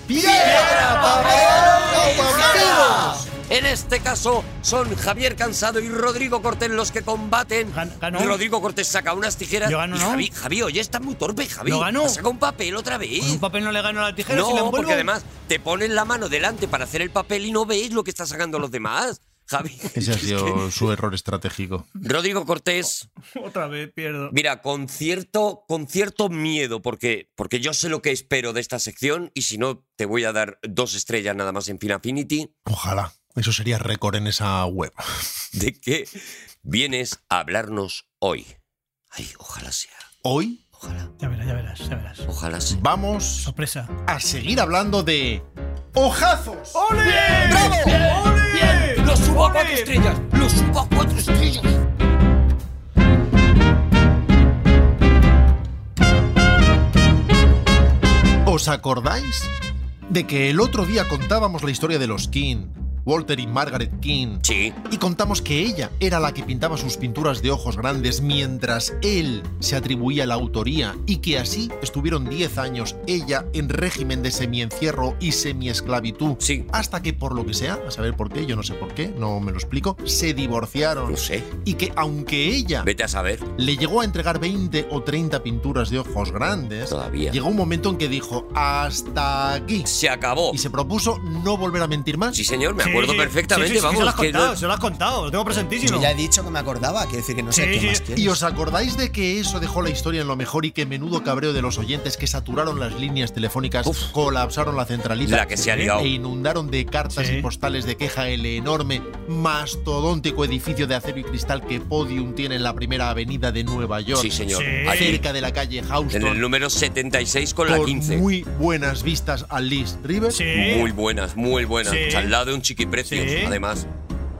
Speaker 5: ¡Piedra, papel
Speaker 3: tijera! En este caso son Javier Cansado y Rodrigo Cortés los que combaten.
Speaker 6: Gan- ganó.
Speaker 3: Rodrigo Cortés saca unas tijeras.
Speaker 6: Yo gano,
Speaker 3: y
Speaker 6: ¿no?
Speaker 3: Javi, Javi, oye, está muy torpe, Javi.
Speaker 6: No gano.
Speaker 3: Saca un papel otra vez.
Speaker 6: Con un papel no le gano a la tijera si la
Speaker 3: No,
Speaker 6: envuelvo.
Speaker 3: porque además te ponen la mano delante para hacer el papel y no veis lo que está sacando los demás. Javi.
Speaker 5: Ese ha
Speaker 3: Es que-
Speaker 5: sido su error estratégico.
Speaker 3: Rodrigo Cortés,
Speaker 6: Otra vez pierdo.
Speaker 3: mira, con cierto, con cierto miedo, porque, porque yo sé lo que espero de esta sección y si no, te voy a dar dos estrellas nada más en Fin Affinity,
Speaker 5: Ojalá. Eso sería récord en esa web.
Speaker 3: de que vienes a hablarnos hoy. Ay, ojalá sea,
Speaker 5: Hoy
Speaker 3: ojalá,
Speaker 6: Ya verás, ya verás, ya verás.
Speaker 3: ojalá sea.
Speaker 5: vamos
Speaker 6: Sorpresa.
Speaker 5: a seguir hablando de hojazos.
Speaker 6: ¡Bravo! ¡Ole!
Speaker 9: ¡Lo subo a cuatro estrellas! ¡Lo subo a cuatro estrellas!
Speaker 5: ¿Os acordáis de que el otro día contábamos la historia de los King, Walter y Margaret King?
Speaker 3: Sí,
Speaker 5: Y contamos que ella era la que pintaba sus pinturas de ojos grandes mientras él se atribuía la autoría y que así estuvieron 10 años ella en régimen de semiencierro y semiesclavitud.
Speaker 3: sí,
Speaker 5: Hasta que por lo que sea, a saber por qué, yo no sé por qué, no me lo explico, se divorciaron.
Speaker 3: no sé.
Speaker 5: Y que aunque ella
Speaker 3: Vete a saber,
Speaker 5: le llegó a entregar 20 o 30 pinturas de ojos grandes,
Speaker 3: todavía.
Speaker 5: llegó un momento en que dijo, hasta aquí.
Speaker 3: Se acabó.
Speaker 5: Y se propuso no volver a mentir más.
Speaker 3: Sí, señor, me
Speaker 6: Sí,
Speaker 3: acuerdo
Speaker 6: sí,
Speaker 3: perfectamente.
Speaker 6: sí, sí, sí,
Speaker 3: Vamos,
Speaker 6: se lo has
Speaker 3: que no-
Speaker 6: contado, se lo has contado, lo tengo
Speaker 7: Yo
Speaker 6: presentísimo.
Speaker 7: ya he dicho que me acordaba, quiere decir que no sé
Speaker 6: Sí,
Speaker 7: qué
Speaker 6: sí.
Speaker 7: más
Speaker 5: ¿Y
Speaker 7: quieres.
Speaker 5: os acordáis de que eso dejó la historia en lo mejor y que menudo cabreo de los oyentes que saturaron las líneas telefónicas,
Speaker 3: Uf.
Speaker 5: colapsaron la centralita
Speaker 3: La que se ha liado.
Speaker 5: e inundaron de cartas
Speaker 6: Sí.
Speaker 5: y postales de queja el enorme, mastodóntico edificio de acero y cristal que Podium tiene en la primera avenida de Nueva York,
Speaker 3: Sí, señor.
Speaker 6: Sí.
Speaker 3: Allí,
Speaker 5: cerca de la calle
Speaker 3: en el
Speaker 5: Houston,
Speaker 3: número 76 con la
Speaker 5: con
Speaker 3: 15.
Speaker 5: muy buenas vistas al Liz River?
Speaker 6: Sí.
Speaker 3: Muy buenas, muy buenas.
Speaker 6: Sí.
Speaker 3: O sea, al lado de un chiquiprecio,
Speaker 6: Sí.
Speaker 3: además.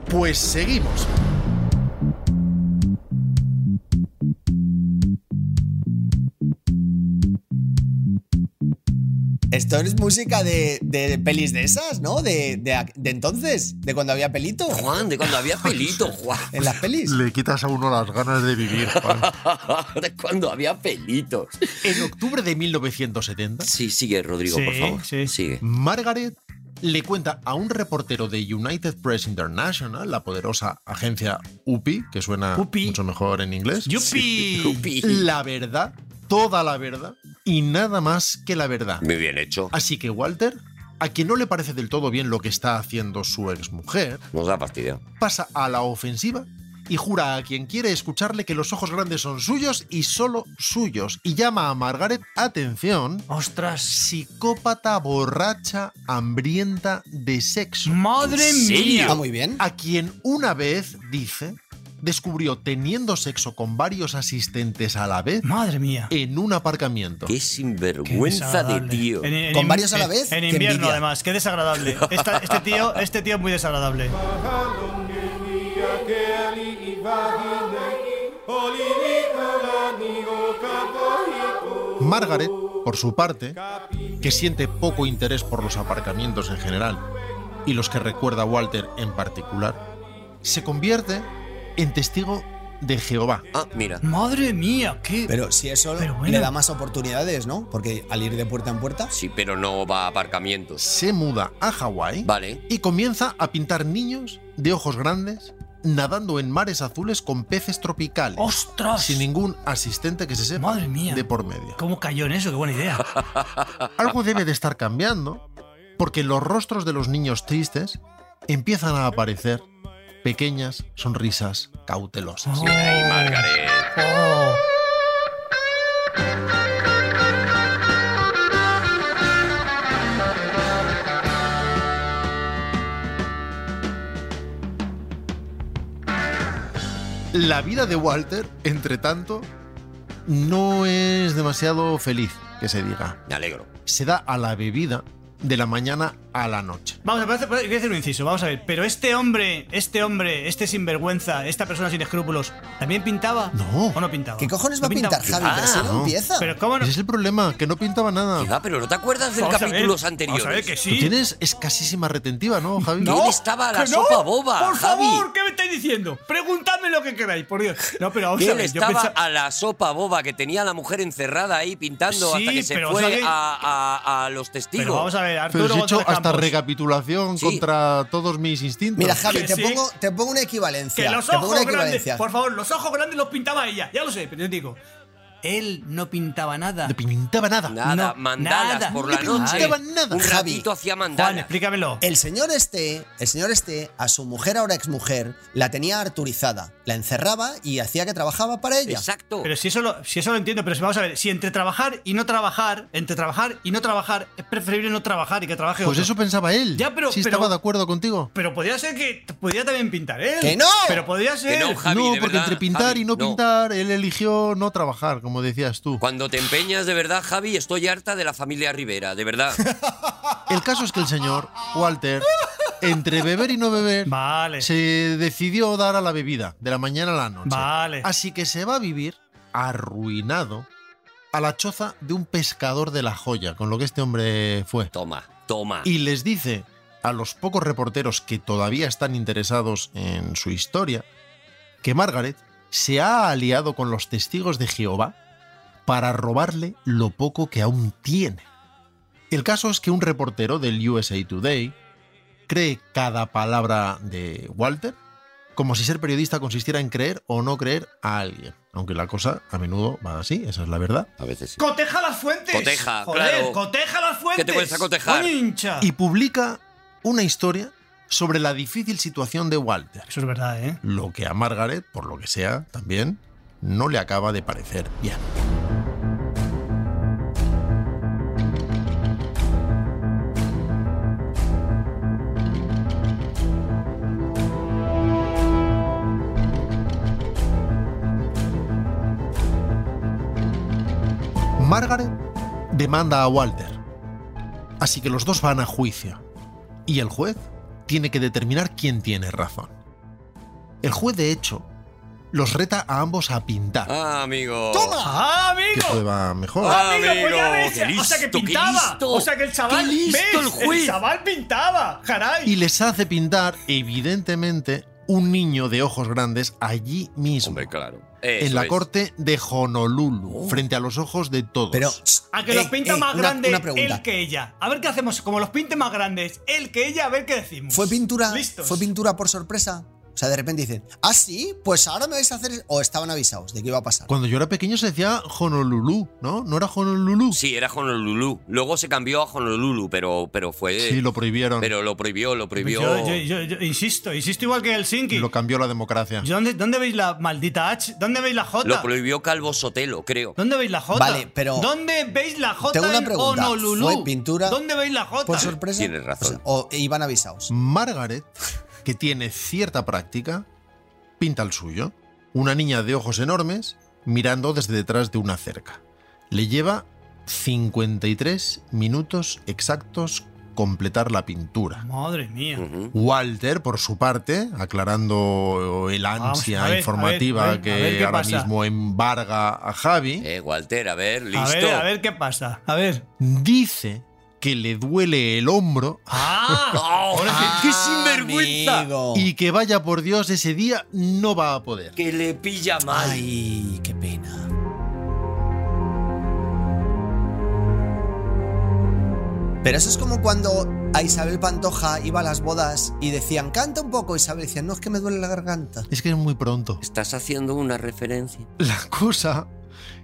Speaker 5: Pues seguimos.
Speaker 7: Esto es música de, de pelis de esas, ¿no? De, de- de entonces, de cuando había pelito.
Speaker 3: Juan, de cuando había pelito, Juan.
Speaker 7: En las pelis.
Speaker 5: Le quitas a uno las ganas de vivir, Juan.
Speaker 3: De cuando había pelitos.
Speaker 5: En octubre de 1970,
Speaker 3: Sí, sigue, Rodrigo,
Speaker 6: Sí,
Speaker 3: por favor.
Speaker 6: sí.
Speaker 3: Sigue.
Speaker 5: Margaret le cuenta a un reportero de United Press International, la poderosa agencia UPI, que suena
Speaker 6: UPI.
Speaker 5: mucho mejor en inglés,
Speaker 6: ¡Yupi!
Speaker 3: Upi.
Speaker 5: la verdad, toda la verdad y nada más que la verdad.
Speaker 3: Muy bien hecho.
Speaker 5: Así que Walter, a quien no le parece del todo bien lo que está haciendo su exmujer,
Speaker 3: Nos da fastidio.
Speaker 5: pasa a la ofensiva y jura a quien quiere escucharle que los ojos grandes son suyos y solo suyos. Y llama a Margaret, atención,
Speaker 6: ¡Ostras!
Speaker 5: psicópata borracha hambrienta de sexo.
Speaker 6: ¡Madre
Speaker 3: ¿En serio?
Speaker 6: mía!
Speaker 7: Está muy bien.
Speaker 5: a quien una vez, dice, descubrió teniendo sexo con varios asistentes a la vez
Speaker 6: ¡Madre mía!
Speaker 5: en un aparcamiento.
Speaker 3: Qué sinvergüenza de
Speaker 6: desagradable.
Speaker 3: tío.
Speaker 6: En- en-
Speaker 7: Con
Speaker 6: en-
Speaker 7: varios a la
Speaker 6: en-
Speaker 7: vez,
Speaker 6: En
Speaker 7: qué
Speaker 6: invierno,
Speaker 7: envidia.
Speaker 6: además. Qué desagradable. Esta- este, tío, este tío es muy desagradable.
Speaker 5: Margaret, por su parte, que siente poco interés por los aparcamientos en general y los que recuerda Walter en particular, se convierte en testigo de Jehová.
Speaker 3: Ah, mira.
Speaker 6: Madre mía, qué.
Speaker 7: Pero si eso
Speaker 6: Pero bueno.
Speaker 7: le da más oportunidades, ¿no? Porque al ir de puerta en puerta,
Speaker 3: Sí, pero no va a aparcamientos.
Speaker 5: Se muda a Hawái
Speaker 3: Vale.
Speaker 5: y comienza a pintar niños de ojos grandes nadando en mares azules con peces tropicales.
Speaker 6: ¡Ostras!
Speaker 5: Sin ningún asistente que se sepa
Speaker 6: Madre mía.
Speaker 5: de por medio.
Speaker 6: ¿Cómo cayó en eso? Qué buena idea.
Speaker 5: Algo debe de estar cambiando porque en los rostros de los niños tristes empiezan a aparecer pequeñas sonrisas cautelosas.
Speaker 3: Ay, Margaret.
Speaker 6: Oh.
Speaker 5: La vida de Walter, entre tanto, no es demasiado feliz, que se diga.
Speaker 3: Me alegro.
Speaker 5: se da a la bebida de la mañana a la noche.
Speaker 6: Vamos a ver, voy a hacer un inciso, vamos a ver. Pero este hombre, este hombre, este sinvergüenza, esta persona sin escrúpulos, ¿también pintaba?
Speaker 5: No.
Speaker 6: ¿O no pintaba?
Speaker 7: ¿qué cojones
Speaker 6: No
Speaker 7: va a pintar
Speaker 6: pintaba.
Speaker 7: Javi? Pero si no
Speaker 5: no.
Speaker 7: empieza.
Speaker 6: Pero cómo Ah, no.
Speaker 5: Ese es el problema, que no pintaba nada.
Speaker 3: Ah, pero ¿no te acuerdas de
Speaker 6: Vamos a ver,
Speaker 3: capítulos
Speaker 6: Vamos
Speaker 3: anteriores?
Speaker 6: a ver que
Speaker 5: Tú
Speaker 6: sí.
Speaker 5: tienes escasísima retentiva, ¿no, Javi?
Speaker 3: No. ¿Dónde estaba la
Speaker 6: ¿Que no?
Speaker 3: sopa boba,
Speaker 6: Por
Speaker 3: Javi?
Speaker 6: favor, ¿qué me estáis diciendo? Preguntadme lo que queráis, por Dios. No, pero vamos
Speaker 3: Que
Speaker 6: a
Speaker 3: él
Speaker 6: ver, yo
Speaker 3: estaba
Speaker 6: pensaba-
Speaker 3: a la sopa boba que tenía a la mujer encerrada ahí pintando
Speaker 6: Sí,
Speaker 3: hasta que se
Speaker 6: pero
Speaker 3: fue
Speaker 6: vamos a ver-
Speaker 3: a, a- a los testigos.
Speaker 6: Pero vamos a ver, Arturo
Speaker 5: Pero si he hecho
Speaker 6: González
Speaker 5: hasta
Speaker 6: Campos.
Speaker 5: recapitulación
Speaker 3: Sí.
Speaker 5: contra todos mis instintos.
Speaker 7: Mira, Javi,
Speaker 6: Que
Speaker 7: te,
Speaker 6: sí.
Speaker 7: pongo, te pongo una
Speaker 6: Que
Speaker 7: equivalencia.
Speaker 6: los
Speaker 7: te pongo una
Speaker 6: ojos grandes,
Speaker 7: equivalencia.
Speaker 6: por favor, los ojos grandes los pintaba ella, ya lo sé, pero yo digo, él no pintaba nada.
Speaker 5: No pintaba nada.
Speaker 3: Nada,
Speaker 6: No,
Speaker 3: mandalas
Speaker 6: nada.
Speaker 3: por
Speaker 6: No
Speaker 3: la noche.
Speaker 5: pintaba nada.
Speaker 3: Un
Speaker 7: Javi.
Speaker 3: ratito hacía
Speaker 6: Juan,
Speaker 3: mandalas.
Speaker 6: explícamelo.
Speaker 7: El señor este, el señor este, a su mujer ahora exmujer, la tenía arturizada, la encerraba y hacía que trabajaba para ella.
Speaker 3: Exacto.
Speaker 6: Pero si eso, lo, si eso lo entiendo, pero si vamos a ver, si entre trabajar y no trabajar, entre trabajar y no trabajar, es preferible no trabajar y que trabaje
Speaker 5: Pues
Speaker 6: otro.
Speaker 5: eso pensaba él.
Speaker 6: Ya, pero-
Speaker 5: Si
Speaker 6: pero-
Speaker 5: estaba de acuerdo contigo.
Speaker 6: Pero podría ser que t- podía también pintar él.
Speaker 7: ¡Que no!
Speaker 6: Pero podría
Speaker 3: Que
Speaker 6: ser.
Speaker 3: no, Javi,
Speaker 5: no,
Speaker 3: de
Speaker 5: porque
Speaker 3: verdad,
Speaker 5: entre pintar
Speaker 3: Javi,
Speaker 5: y no, pintar, él eligió no trabajar, como decías tú.
Speaker 3: Cuando te empeñas de verdad, Javi, estoy harta de la familia Rivera, de verdad.
Speaker 5: El caso es que el señor Walter, entre beber y no beber,
Speaker 6: Vale.
Speaker 5: se decidió dar a la bebida de la mañana a la noche.
Speaker 6: Vale.
Speaker 5: Así que se va a vivir arruinado a la choza de un pescador de la joya, con lo que este hombre fue.
Speaker 3: Toma, toma.
Speaker 5: Y les dice a los pocos reporteros que todavía están interesados en su historia que Margaret se ha aliado con los testigos de Jehová para robarle lo poco que aún tiene. El caso es que un reportero del USA Today cree cada palabra de Walter como si ser periodista consistiera en creer o no creer a alguien. Aunque la cosa a menudo va así, esa es la verdad.
Speaker 3: A veces sí.
Speaker 6: ¡Coteja las fuentes!
Speaker 3: Coteja,
Speaker 6: Joder,
Speaker 3: claro.
Speaker 6: ¡Coteja las fuentes!
Speaker 3: te cuesta cotejar?
Speaker 6: Coño, hincha!
Speaker 5: Y publica una historia sobre la difícil situación de Walter.
Speaker 6: Eso es verdad, ¿eh?
Speaker 5: lo que a Margaret, por lo que sea, también no le acaba de parecer bien. Margaret demanda a Walter, así que los dos van a juicio y el juez tiene que determinar quién tiene razón. El juez, de hecho, los reta a ambos a pintar.
Speaker 3: Ah, amigo.
Speaker 6: ¡Ah,
Speaker 5: ¿Qué
Speaker 6: amigo!
Speaker 5: prueba mejor?
Speaker 3: Ah.
Speaker 6: ¡Amigo, pues ya
Speaker 3: Amigo,
Speaker 6: ves!
Speaker 3: qué
Speaker 6: o sea que
Speaker 3: listo, qué
Speaker 6: pintaba.
Speaker 3: listo.
Speaker 6: o sea que el chaval.
Speaker 3: Qué listo
Speaker 6: ¿ves?
Speaker 3: el juez.
Speaker 6: chaval pintaba. Caray.
Speaker 5: Y les hace pintar, evidentemente, un niño de ojos grandes allí mismo.
Speaker 3: Hombre, claro.
Speaker 5: en
Speaker 3: Eso
Speaker 5: la
Speaker 3: es. Oh.
Speaker 5: corte de Honolulu, frente a los ojos de todos.
Speaker 7: Pero.
Speaker 6: Pues, A que
Speaker 7: ey,
Speaker 6: los pinta
Speaker 7: ey,
Speaker 6: más
Speaker 7: Eh, una-
Speaker 6: grandes
Speaker 7: una pregunta.
Speaker 6: él que ella. A ver qué hacemos. Como los pinte más grandes él que ella, a ver qué decimos.
Speaker 7: ¿Fue pintura?
Speaker 6: Listos.
Speaker 7: ¿Fue pintura por sorpresa? O sea, de repente dicen, ah, sí, pues ahora me vais a hacer. O estaban avisados de que iba a pasar.
Speaker 5: Cuando yo era pequeño se decía Honolulu, ¿no? ¿No era Honolulu?
Speaker 3: Sí, era Honolulu. Luego se cambió a Honolulu, pero, pero fue.
Speaker 5: Sí, lo prohibieron.
Speaker 3: Pero lo prohibió, lo prohibió.
Speaker 6: Yo, yo- yo- yo insisto, insisto igual que el Helsinki.
Speaker 5: Lo cambió la democracia.
Speaker 6: Yo, ¿Dónde, ¿Dónde veis la maldita H? ¿Dónde veis la J?
Speaker 3: Lo prohibió Calvo Sotelo, creo.
Speaker 6: ¿Dónde veis la J?
Speaker 7: Vale, pero-
Speaker 6: ¿Dónde veis la J
Speaker 7: Tengo una
Speaker 6: en
Speaker 7: pregunta.
Speaker 6: Honolulu?
Speaker 7: ¿Fue pintura
Speaker 6: ¿Dónde veis la J?
Speaker 7: ¿Por sorpresa?
Speaker 3: Tienes razón.
Speaker 7: O, sea, o iban avisados.
Speaker 5: Margaret, que tiene cierta práctica, pinta el suyo. Una niña de ojos enormes mirando desde detrás de una cerca. Le lleva 53 minutos exactos completar la pintura.
Speaker 6: Madre mía.
Speaker 3: Ujú.
Speaker 5: Walter, por su parte, aclarando el
Speaker 6: Vamos,
Speaker 5: ansia
Speaker 6: a ver,
Speaker 5: informativa
Speaker 6: a ver, a ver, a ver
Speaker 5: que
Speaker 6: qué
Speaker 5: ahora
Speaker 6: pasa.
Speaker 5: mismo embarga a Javi,
Speaker 3: Eh, Walter, a ver, listo.
Speaker 6: A ver, a ver qué pasa. A ver.
Speaker 5: dice que le duele el hombro
Speaker 3: ¡Ah! ahora sí. ¡Qué sinvergüenza!
Speaker 7: Amigo.
Speaker 5: y que vaya por Dios ese día no va a poder.
Speaker 3: Que le pilla mal.
Speaker 7: Ay, qué pena. Pero eso es como cuando a Isabel Pantoja iba a las bodas y decían, canta un poco. Isabel decía, no, es que me duele la garganta.
Speaker 5: Es que es muy pronto.
Speaker 3: Estás haciendo una referencia.
Speaker 5: La cosa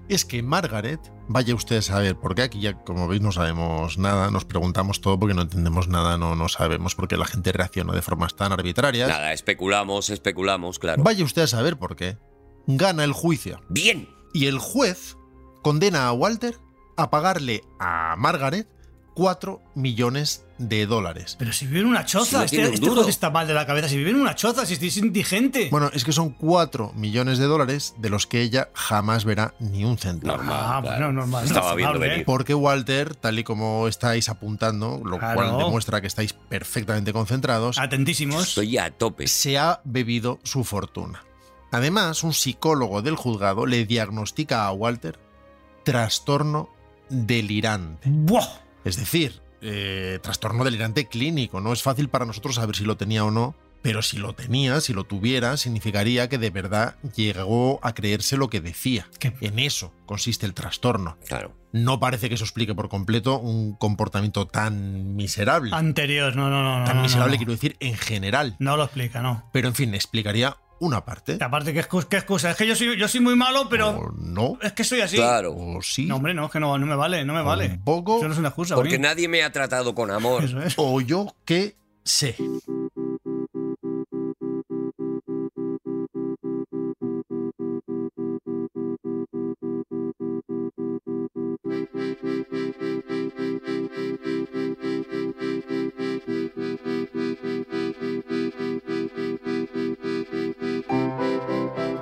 Speaker 5: es que Margaret, vaya usted a saber, porque aquí ya, como veis, no sabemos nada, nos preguntamos todo porque no entendemos nada, no, no sabemos porque la gente reacciona de formas tan arbitrarias.
Speaker 3: Nada, especulamos, especulamos, claro.
Speaker 5: Vaya usted a saber por qué. Gana el juicio.
Speaker 3: Bien.
Speaker 5: Y el juez condena a Walter a pagarle a Margaret 4 millones de dólares.
Speaker 6: Pero si vive en una
Speaker 3: Si
Speaker 6: choza,
Speaker 3: no tiene
Speaker 6: este,
Speaker 3: un
Speaker 6: este
Speaker 3: duro.
Speaker 6: joder está mal de la cabeza. Si vive en una choza, si es indigente.
Speaker 5: Bueno, es que son 4 millones de dólares de los que ella jamás verá ni un centavo.
Speaker 3: Normal.
Speaker 6: ah,
Speaker 3: claro.
Speaker 6: bueno, normal. ¿eh?
Speaker 3: Estaba
Speaker 6: razonable,
Speaker 3: viendo venir.
Speaker 5: Porque Walter, tal y como estáis apuntando, lo
Speaker 6: Claro.
Speaker 5: cual demuestra que estáis perfectamente concentrados,
Speaker 6: Atentísimos.
Speaker 3: Estoy a tope.
Speaker 5: se ha bebido su fortuna. Además, un psicólogo del juzgado le diagnostica a Walter trastorno
Speaker 3: Este.
Speaker 5: delirante.
Speaker 6: Buah.
Speaker 5: Es decir, eh, trastorno delirante clínico. No es fácil para nosotros saber si lo tenía o no, pero si lo tenía, si lo tuviera, significaría que de verdad llegó a creerse lo que decía.
Speaker 6: ¿Qué?
Speaker 3: Eh,
Speaker 5: En eso consiste el trastorno.
Speaker 3: Claro.
Speaker 5: No parece que eso explique por completo un comportamiento tan miserable.
Speaker 6: Anterior, no, Ah, no, no. no,
Speaker 5: tan
Speaker 6: no,
Speaker 5: miserable,
Speaker 6: no.
Speaker 5: quiero decir, en general.
Speaker 6: No lo explica, no.
Speaker 5: Pero en fin, explicaría una parte.
Speaker 6: Y aparte, ¿qué excusa? ¿Qué excusa? Es que yo soy, yo soy muy malo, pero
Speaker 5: O no,
Speaker 6: es que soy así.
Speaker 3: Claro.
Speaker 5: o sí,
Speaker 6: No, hombre, no, es que no, no me vale, no me vale.
Speaker 5: un poco,
Speaker 6: Eso no es una excusa,
Speaker 3: Porque
Speaker 6: Bonnie.
Speaker 3: nadie me ha tratado con amor.
Speaker 6: Eso es.
Speaker 5: o yo qué sé.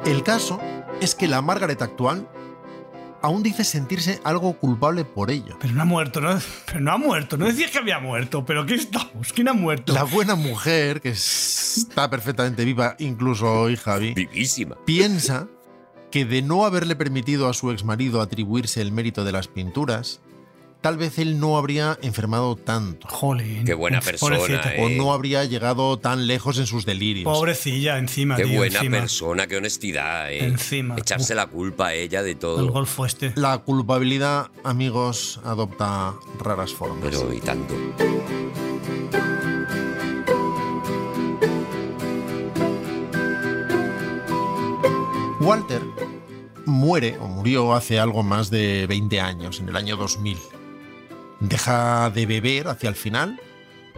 Speaker 5: El caso es que la Margaret actual aún dice sentirse algo culpable por ello.
Speaker 6: Pero no ha muerto, ¿no? Pero no ha muerto. No decías que había muerto, pero ¿qué estamos? ¿Quién ha muerto?
Speaker 5: La buena mujer, que está perfectamente viva, incluso hoy, Javi,
Speaker 3: Vivísima.
Speaker 5: piensa que de no haberle permitido a su exmarido atribuirse el mérito de las pinturas, tal vez él no habría enfermado tanto
Speaker 6: Jolín.
Speaker 3: Qué buena
Speaker 6: Uf,
Speaker 3: persona,
Speaker 6: pobrecita.
Speaker 3: eh.
Speaker 5: o no habría llegado tan lejos en sus delirios.
Speaker 6: Pobrecilla, encima,
Speaker 3: Qué
Speaker 6: tío,
Speaker 3: buena
Speaker 6: encima.
Speaker 3: persona, qué honestidad, eh.
Speaker 6: Encima.
Speaker 3: Echarse la culpa a ella de
Speaker 6: El
Speaker 3: todo.
Speaker 6: golfo este.
Speaker 5: La culpabilidad, amigos, adopta raras formas.
Speaker 3: Pero y tanto.
Speaker 5: Walter muere o murió hace algo más de 20 años, en el año 2000. Deja de beber hacia el final,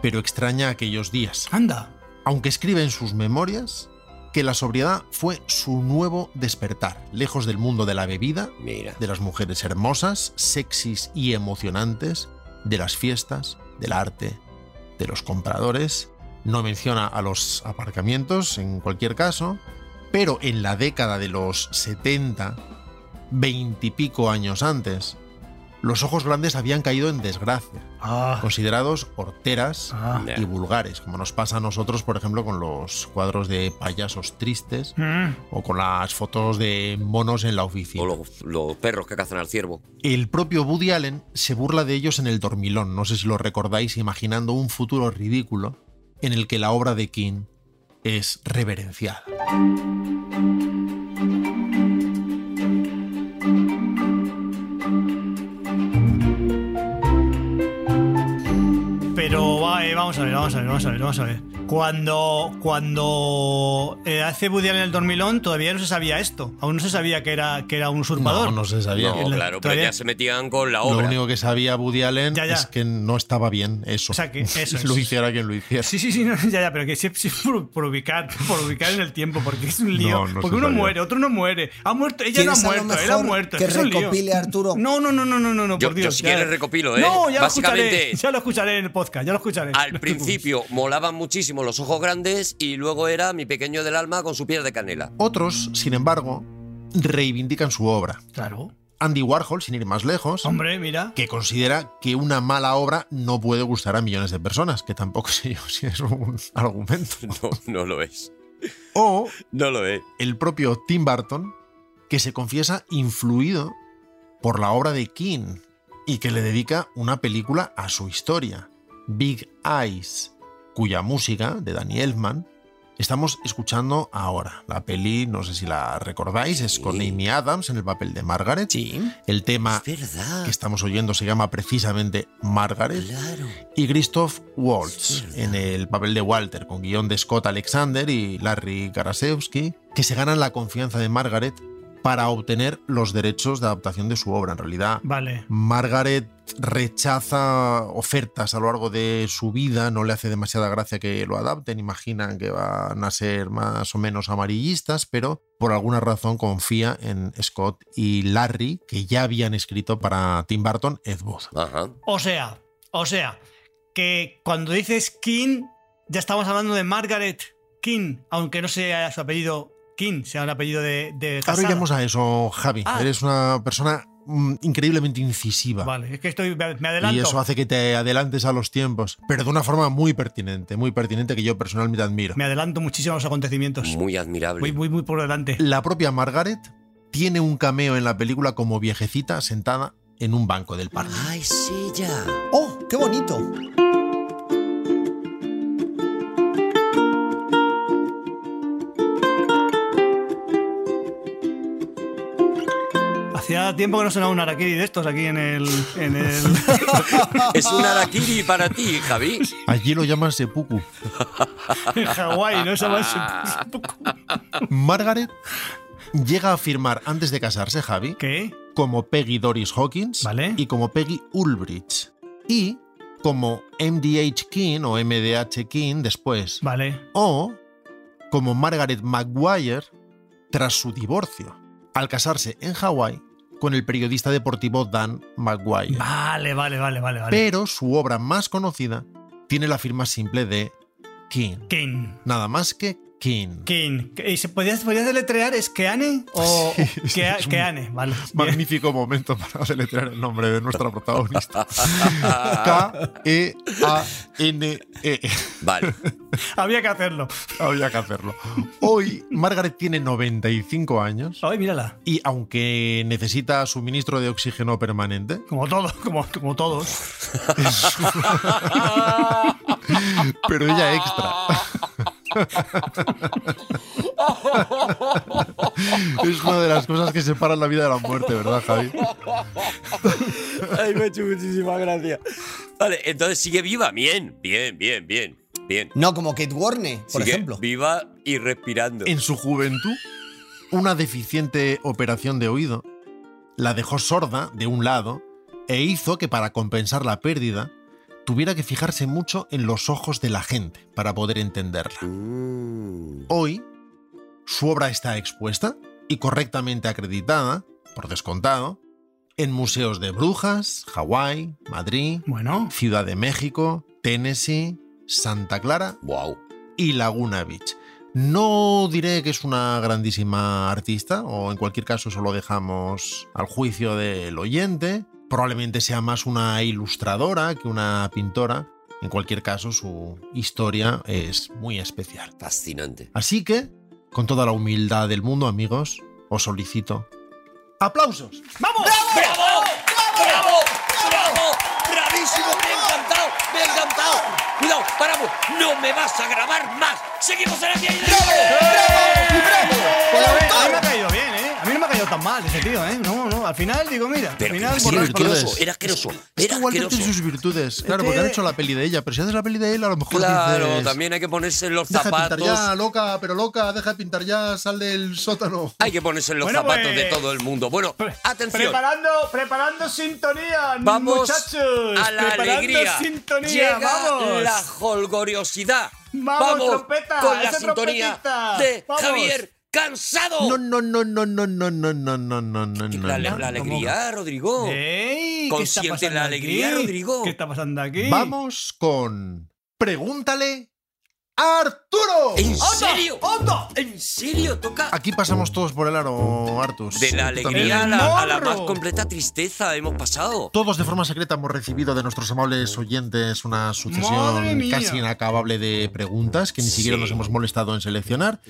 Speaker 5: pero extraña aquellos días.
Speaker 6: Anda.
Speaker 5: Aunque escribe en sus memorias que la sobriedad fue su nuevo despertar, lejos del mundo de la bebida,
Speaker 3: Mira.
Speaker 5: de las mujeres hermosas, sexys y emocionantes, de las fiestas, del arte, de los compradores. No menciona a los aparcamientos en cualquier caso, pero en la década de los 70, veintipico años antes, los ojos grandes habían caído en desgracia,
Speaker 6: Ah.
Speaker 5: considerados horteras
Speaker 6: Ah.
Speaker 5: y vulgares, como nos pasa a nosotros, por ejemplo, con los cuadros de payasos tristes
Speaker 6: Mm.
Speaker 5: o con las fotos de monos en la oficina.
Speaker 3: O los, los perros que cazan al ciervo.
Speaker 5: El propio Woody Allen se burla de ellos en El Dormilón, no sé si lo recordáis, imaginando un futuro ridículo en el que la obra de King es reverenciada.
Speaker 6: Pero va, eh, vamos a ver, vamos a ver, vamos a ver, vamos a ver. Cuando, cuando eh, hace Woody Allen el dormilón, todavía no se sabía esto. Aún no se sabía que era, que era un usurpador.
Speaker 5: No, no se sabía.
Speaker 3: No,
Speaker 6: la-
Speaker 3: claro, pero
Speaker 6: todavía-
Speaker 3: ya se metían con la
Speaker 5: Lo
Speaker 3: obra.
Speaker 5: único que sabía Woody Allen
Speaker 6: Ya, ya.
Speaker 5: es que no estaba bien eso.
Speaker 6: O sea, que eso es.
Speaker 5: lo hiciera quien lo hiciera.
Speaker 6: Sí, sí, sí, no, ya, ya, pero que sí, sí, por, por ubicar, por ubicar en el tiempo, porque es un lío.
Speaker 5: No, no
Speaker 6: porque
Speaker 5: se
Speaker 6: uno
Speaker 5: sabía.
Speaker 6: muere, otro no muere. Ha muerto, ella no ha
Speaker 7: ¿Quieres a lo
Speaker 6: muerto, él ha
Speaker 7: mejor
Speaker 6: muerto.
Speaker 7: que
Speaker 6: es un lío.
Speaker 7: recopile, Arturo?
Speaker 6: No, no, no, no, no, no, no,
Speaker 3: Yo-
Speaker 6: por
Speaker 3: yo
Speaker 6: Dios.
Speaker 3: si
Speaker 6: ya.
Speaker 3: quieres recopilo, ¿eh?
Speaker 6: No, ya lo escucharé,
Speaker 3: Básicamente-
Speaker 6: ya lo escucharé en el podcast, ya lo escucharé.
Speaker 3: Al principio molaban muchísimo los ojos grandes y luego era mi pequeño del alma con su piel de canela.
Speaker 5: Otros, sin embargo, reivindican su obra.
Speaker 6: Claro.
Speaker 5: Andy Warhol, sin ir más lejos,
Speaker 6: Hombre, mira.
Speaker 5: que considera que una mala obra no puede gustar a millones de personas, que tampoco sé yo si es un argumento.
Speaker 3: No, no lo es.
Speaker 5: O
Speaker 3: No lo es.
Speaker 5: el propio Tim Burton, que se confiesa influido por la obra de King y que le dedica una película a su historia, Big Eyes, cuya música, de Danny Elfman, estamos escuchando ahora. La peli, no sé si la recordáis, es con
Speaker 3: Sí.
Speaker 5: Amy Adams en el papel de Margaret.
Speaker 7: Sí.
Speaker 5: El tema
Speaker 3: Es verdad.
Speaker 5: que estamos oyendo se llama precisamente Margaret.
Speaker 3: Claro.
Speaker 5: Y Christoph
Speaker 3: Es
Speaker 5: Waltz
Speaker 3: verdad.
Speaker 5: en el papel de Walter, con guión de Scott Alexander y Larry Karasewski, que se ganan la confianza de Margaret para obtener los derechos de adaptación de su obra. En realidad,
Speaker 6: Vale.
Speaker 5: Margaret rechaza ofertas a lo largo de su vida, no le hace demasiada gracia que lo adapten, imaginan que van a ser más o menos amarillistas, pero por alguna razón confía en Scott y Larry, que ya habían escrito para Tim Burton Ed Wood.
Speaker 3: Ajá.
Speaker 6: O sea, o sea, que cuando dices King, ya estamos hablando de Margaret King, aunque no sea su apellido King, sea un apellido de, de
Speaker 5: Ahora
Speaker 6: casada.
Speaker 5: iremos a eso, Javi.
Speaker 6: Ah.
Speaker 5: Eres una persona mm, increíblemente incisiva.
Speaker 6: Vale, es que estoy, me me adelanto.
Speaker 5: Y eso hace que te adelantes a los tiempos, pero de una forma muy pertinente, muy pertinente que yo personalmente admiro.
Speaker 6: Me adelanto muchísimo a los acontecimientos.
Speaker 3: Muy admirable.
Speaker 6: Voy muy, muy por delante.
Speaker 5: La propia Margaret tiene un cameo en la película como viejecita sentada en un banco del parque.
Speaker 3: Ah, es ella.
Speaker 7: ¡Oh, qué bonito!
Speaker 6: Hacía tiempo que no sonaba un Arakiri de estos aquí en el. En el...
Speaker 3: Es un harakiri para ti, Javi.
Speaker 5: Allí lo llaman seppuku.
Speaker 6: en Hawái, ¿no? Se llama ese- ese poco.
Speaker 5: Margaret llega a firmar antes de casarse, Javi,
Speaker 6: ¿Qué?
Speaker 5: como Peggy Doris Hawkins
Speaker 6: Vale.
Speaker 5: y como Peggy Ulbricht. Y como MDH King o MDH King después.
Speaker 6: Vale.
Speaker 5: o como Margaret Maguire tras su divorcio, al casarse en Hawái con el periodista deportivo Dan Maguire.
Speaker 6: Vale, vale, vale, vale. vale.
Speaker 5: Pero su obra más conocida tiene la firma simple de King.
Speaker 6: King.
Speaker 5: Nada más que King.
Speaker 6: King. ¿Y se podías, podías deletrear es Keane o Kea- Keane? Vale.
Speaker 5: Magnífico momento para deletrear el nombre de nuestra protagonista. E K-E-A-N-E.
Speaker 3: Vale.
Speaker 6: Había que hacerlo.
Speaker 5: E. Había que hacerlo. Hoy Margaret tiene 95 años.
Speaker 6: Ay, mírala.
Speaker 5: Y aunque necesita suministro de oxígeno permanente,
Speaker 6: Como todos, como, como todos.
Speaker 5: pero ella extra. es una de las cosas que separan la vida de la muerte, ¿verdad, Javi?
Speaker 3: Ay, me ha hecho muchísima gracia. Vale, entonces sigue viva. Bien, bien, bien, bien. Bien.
Speaker 7: No, como Kate Warne, por
Speaker 3: Sigue
Speaker 7: ejemplo.
Speaker 3: Viva y respirando.
Speaker 5: En su juventud, una deficiente operación de oído la dejó sorda de un lado e hizo que para compensar la pérdida tuviera que fijarse mucho en los ojos de la gente para poder entenderla.
Speaker 3: Mm.
Speaker 5: Hoy, su obra está expuesta y correctamente acreditada, por descontado, en museos de Brujas, Hawái, Madrid,
Speaker 6: Bueno.
Speaker 5: Ciudad de México, Tennessee, Santa Clara
Speaker 3: Wow.
Speaker 5: y Laguna Beach. No diré que es una grandísima artista, o en cualquier caso eso lo dejamos al juicio del oyente. Probablemente sea más una ilustradora que una pintora. En cualquier caso, su historia es muy especial.
Speaker 3: Fascinante.
Speaker 5: Así que, con toda la humildad del mundo, amigos, os solicito aplausos.
Speaker 6: ¡Vamos!
Speaker 3: ¡Bravo! ¡Bravo! ¡Bravo! ¡Bravísimo! ¡Me ha encantado! ¡Me ha encantado! Cuidado, paramos. No me vas a grabar más. Seguimos en aquí.
Speaker 6: Oye, a, ver, a mí me ha caído bien, ¿eh? A mí no me ha caído tan mal ese tío, ¿eh? No, no. Al final, digo, mira.
Speaker 3: Pero
Speaker 6: al final,
Speaker 3: sí,
Speaker 6: borrón,
Speaker 5: sí,
Speaker 6: borrón.
Speaker 5: virtudes.
Speaker 3: asqueroso, era asqueroso.
Speaker 5: Es
Speaker 3: Era
Speaker 5: que Walter tiene
Speaker 3: asqueroso.
Speaker 5: sus virtudes, claro,
Speaker 6: que-
Speaker 5: porque han hecho la peli de ella, pero si haces la peli de él, a lo mejor
Speaker 3: Claro,
Speaker 5: dices,
Speaker 3: también hay que ponerse en los
Speaker 5: Deja de pintar ya,
Speaker 3: zapatos.
Speaker 5: loca, pero loca, deja de pintar ya, sal del sótano.
Speaker 3: Hay que ponerse en los
Speaker 6: Bueno,
Speaker 3: zapatos
Speaker 6: pues,
Speaker 3: de todo el mundo. Bueno,
Speaker 6: Pre-
Speaker 3: atención.
Speaker 6: Preparando, preparando sintonía,
Speaker 3: Vamos
Speaker 6: muchachos.
Speaker 3: a la
Speaker 6: preparando
Speaker 3: alegría.
Speaker 6: sintonía,
Speaker 3: Llega
Speaker 6: vamos.
Speaker 3: la holgoriosidad.
Speaker 6: Vamos, trompeta,
Speaker 3: con la
Speaker 6: esa
Speaker 3: sintonía
Speaker 6: trompetita.
Speaker 3: de
Speaker 6: Vamos.
Speaker 3: Javier Cansado.
Speaker 5: No, no, no, no, no, no, no, no, no, no, no,
Speaker 3: Y
Speaker 5: no.
Speaker 3: la, Oh. la
Speaker 5: no.
Speaker 3: alegría, Rodrigo.
Speaker 6: Eh. Ey, ¿qué
Speaker 3: Consciente
Speaker 6: está pasando
Speaker 3: la alegría,
Speaker 6: aquí?
Speaker 3: Rodrigo.
Speaker 6: ¿Qué está pasando aquí?
Speaker 5: Vamos con Pregúntale Arturo.
Speaker 3: ¿En
Speaker 6: ¡Anda!
Speaker 3: serio?
Speaker 6: ¡Anda!
Speaker 3: ¿En serio? Toca
Speaker 5: Aquí pasamos todos por el aro, Artus.
Speaker 3: de la
Speaker 5: Tú también.
Speaker 3: alegría a la, a la
Speaker 6: morro!
Speaker 3: más completa tristeza hemos pasado.
Speaker 5: Todos de forma secreta hemos recibido de nuestros amables oyentes una
Speaker 6: ¡Madre
Speaker 5: sucesión
Speaker 6: mía!
Speaker 5: casi inacabable de preguntas que ni siquiera
Speaker 3: Sí.
Speaker 5: nos hemos molestado en seleccionar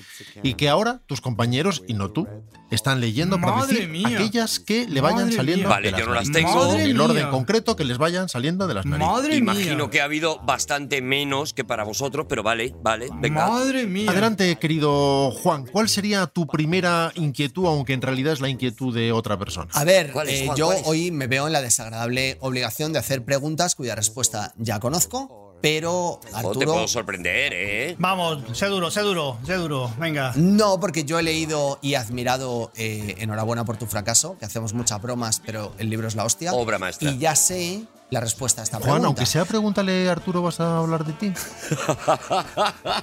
Speaker 5: y que ahora tus compañeros y no tú están leyendo para
Speaker 6: ¡Madre
Speaker 5: decir
Speaker 6: mía!
Speaker 5: aquellas que le vayan
Speaker 6: ¡Madre
Speaker 5: saliendo
Speaker 6: mía!
Speaker 5: de
Speaker 3: Vale, yo no las
Speaker 5: narices.
Speaker 3: tengo.
Speaker 6: ¡Madre
Speaker 5: en el orden
Speaker 6: mía!
Speaker 5: concreto que les vayan saliendo de las narices.
Speaker 6: Madre
Speaker 3: Imagino
Speaker 6: mía.
Speaker 3: que ha habido bastante menos que para vosotros, pero vale, vale, venga.
Speaker 6: Madre mía.
Speaker 5: Adelante, querido Juan, ¿cuál sería tu primera inquietud, aunque en realidad es la inquietud de otra persona?
Speaker 7: A ver,
Speaker 3: ¿Cuál es,
Speaker 7: eh,
Speaker 3: Juan,
Speaker 7: yo
Speaker 3: cuál es?
Speaker 7: hoy me veo en la desagradable obligación de hacer preguntas cuya respuesta ya conozco, pero
Speaker 3: Oh, te
Speaker 7: Arturo...
Speaker 3: puedo sorprender, ¿eh?
Speaker 6: Vamos, sé duro, sé duro, sé duro. Venga.
Speaker 7: No, porque yo he leído y admirado eh, Enhorabuena por tu fracaso, que hacemos muchas bromas, pero el libro es la hostia.
Speaker 3: Obra maestra.
Speaker 7: Y ya sé la respuesta a esta pregunta.
Speaker 5: Juan, aunque sea pregúntale, Arturo, vas a hablar de ti.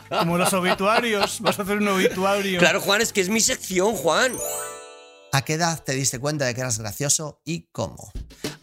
Speaker 6: Como los obituarios. Vas a hacer un obituario.
Speaker 3: Claro, Juan, es que es mi sección, Juan.
Speaker 7: ¿A qué edad te diste cuenta de que eras gracioso y cómo?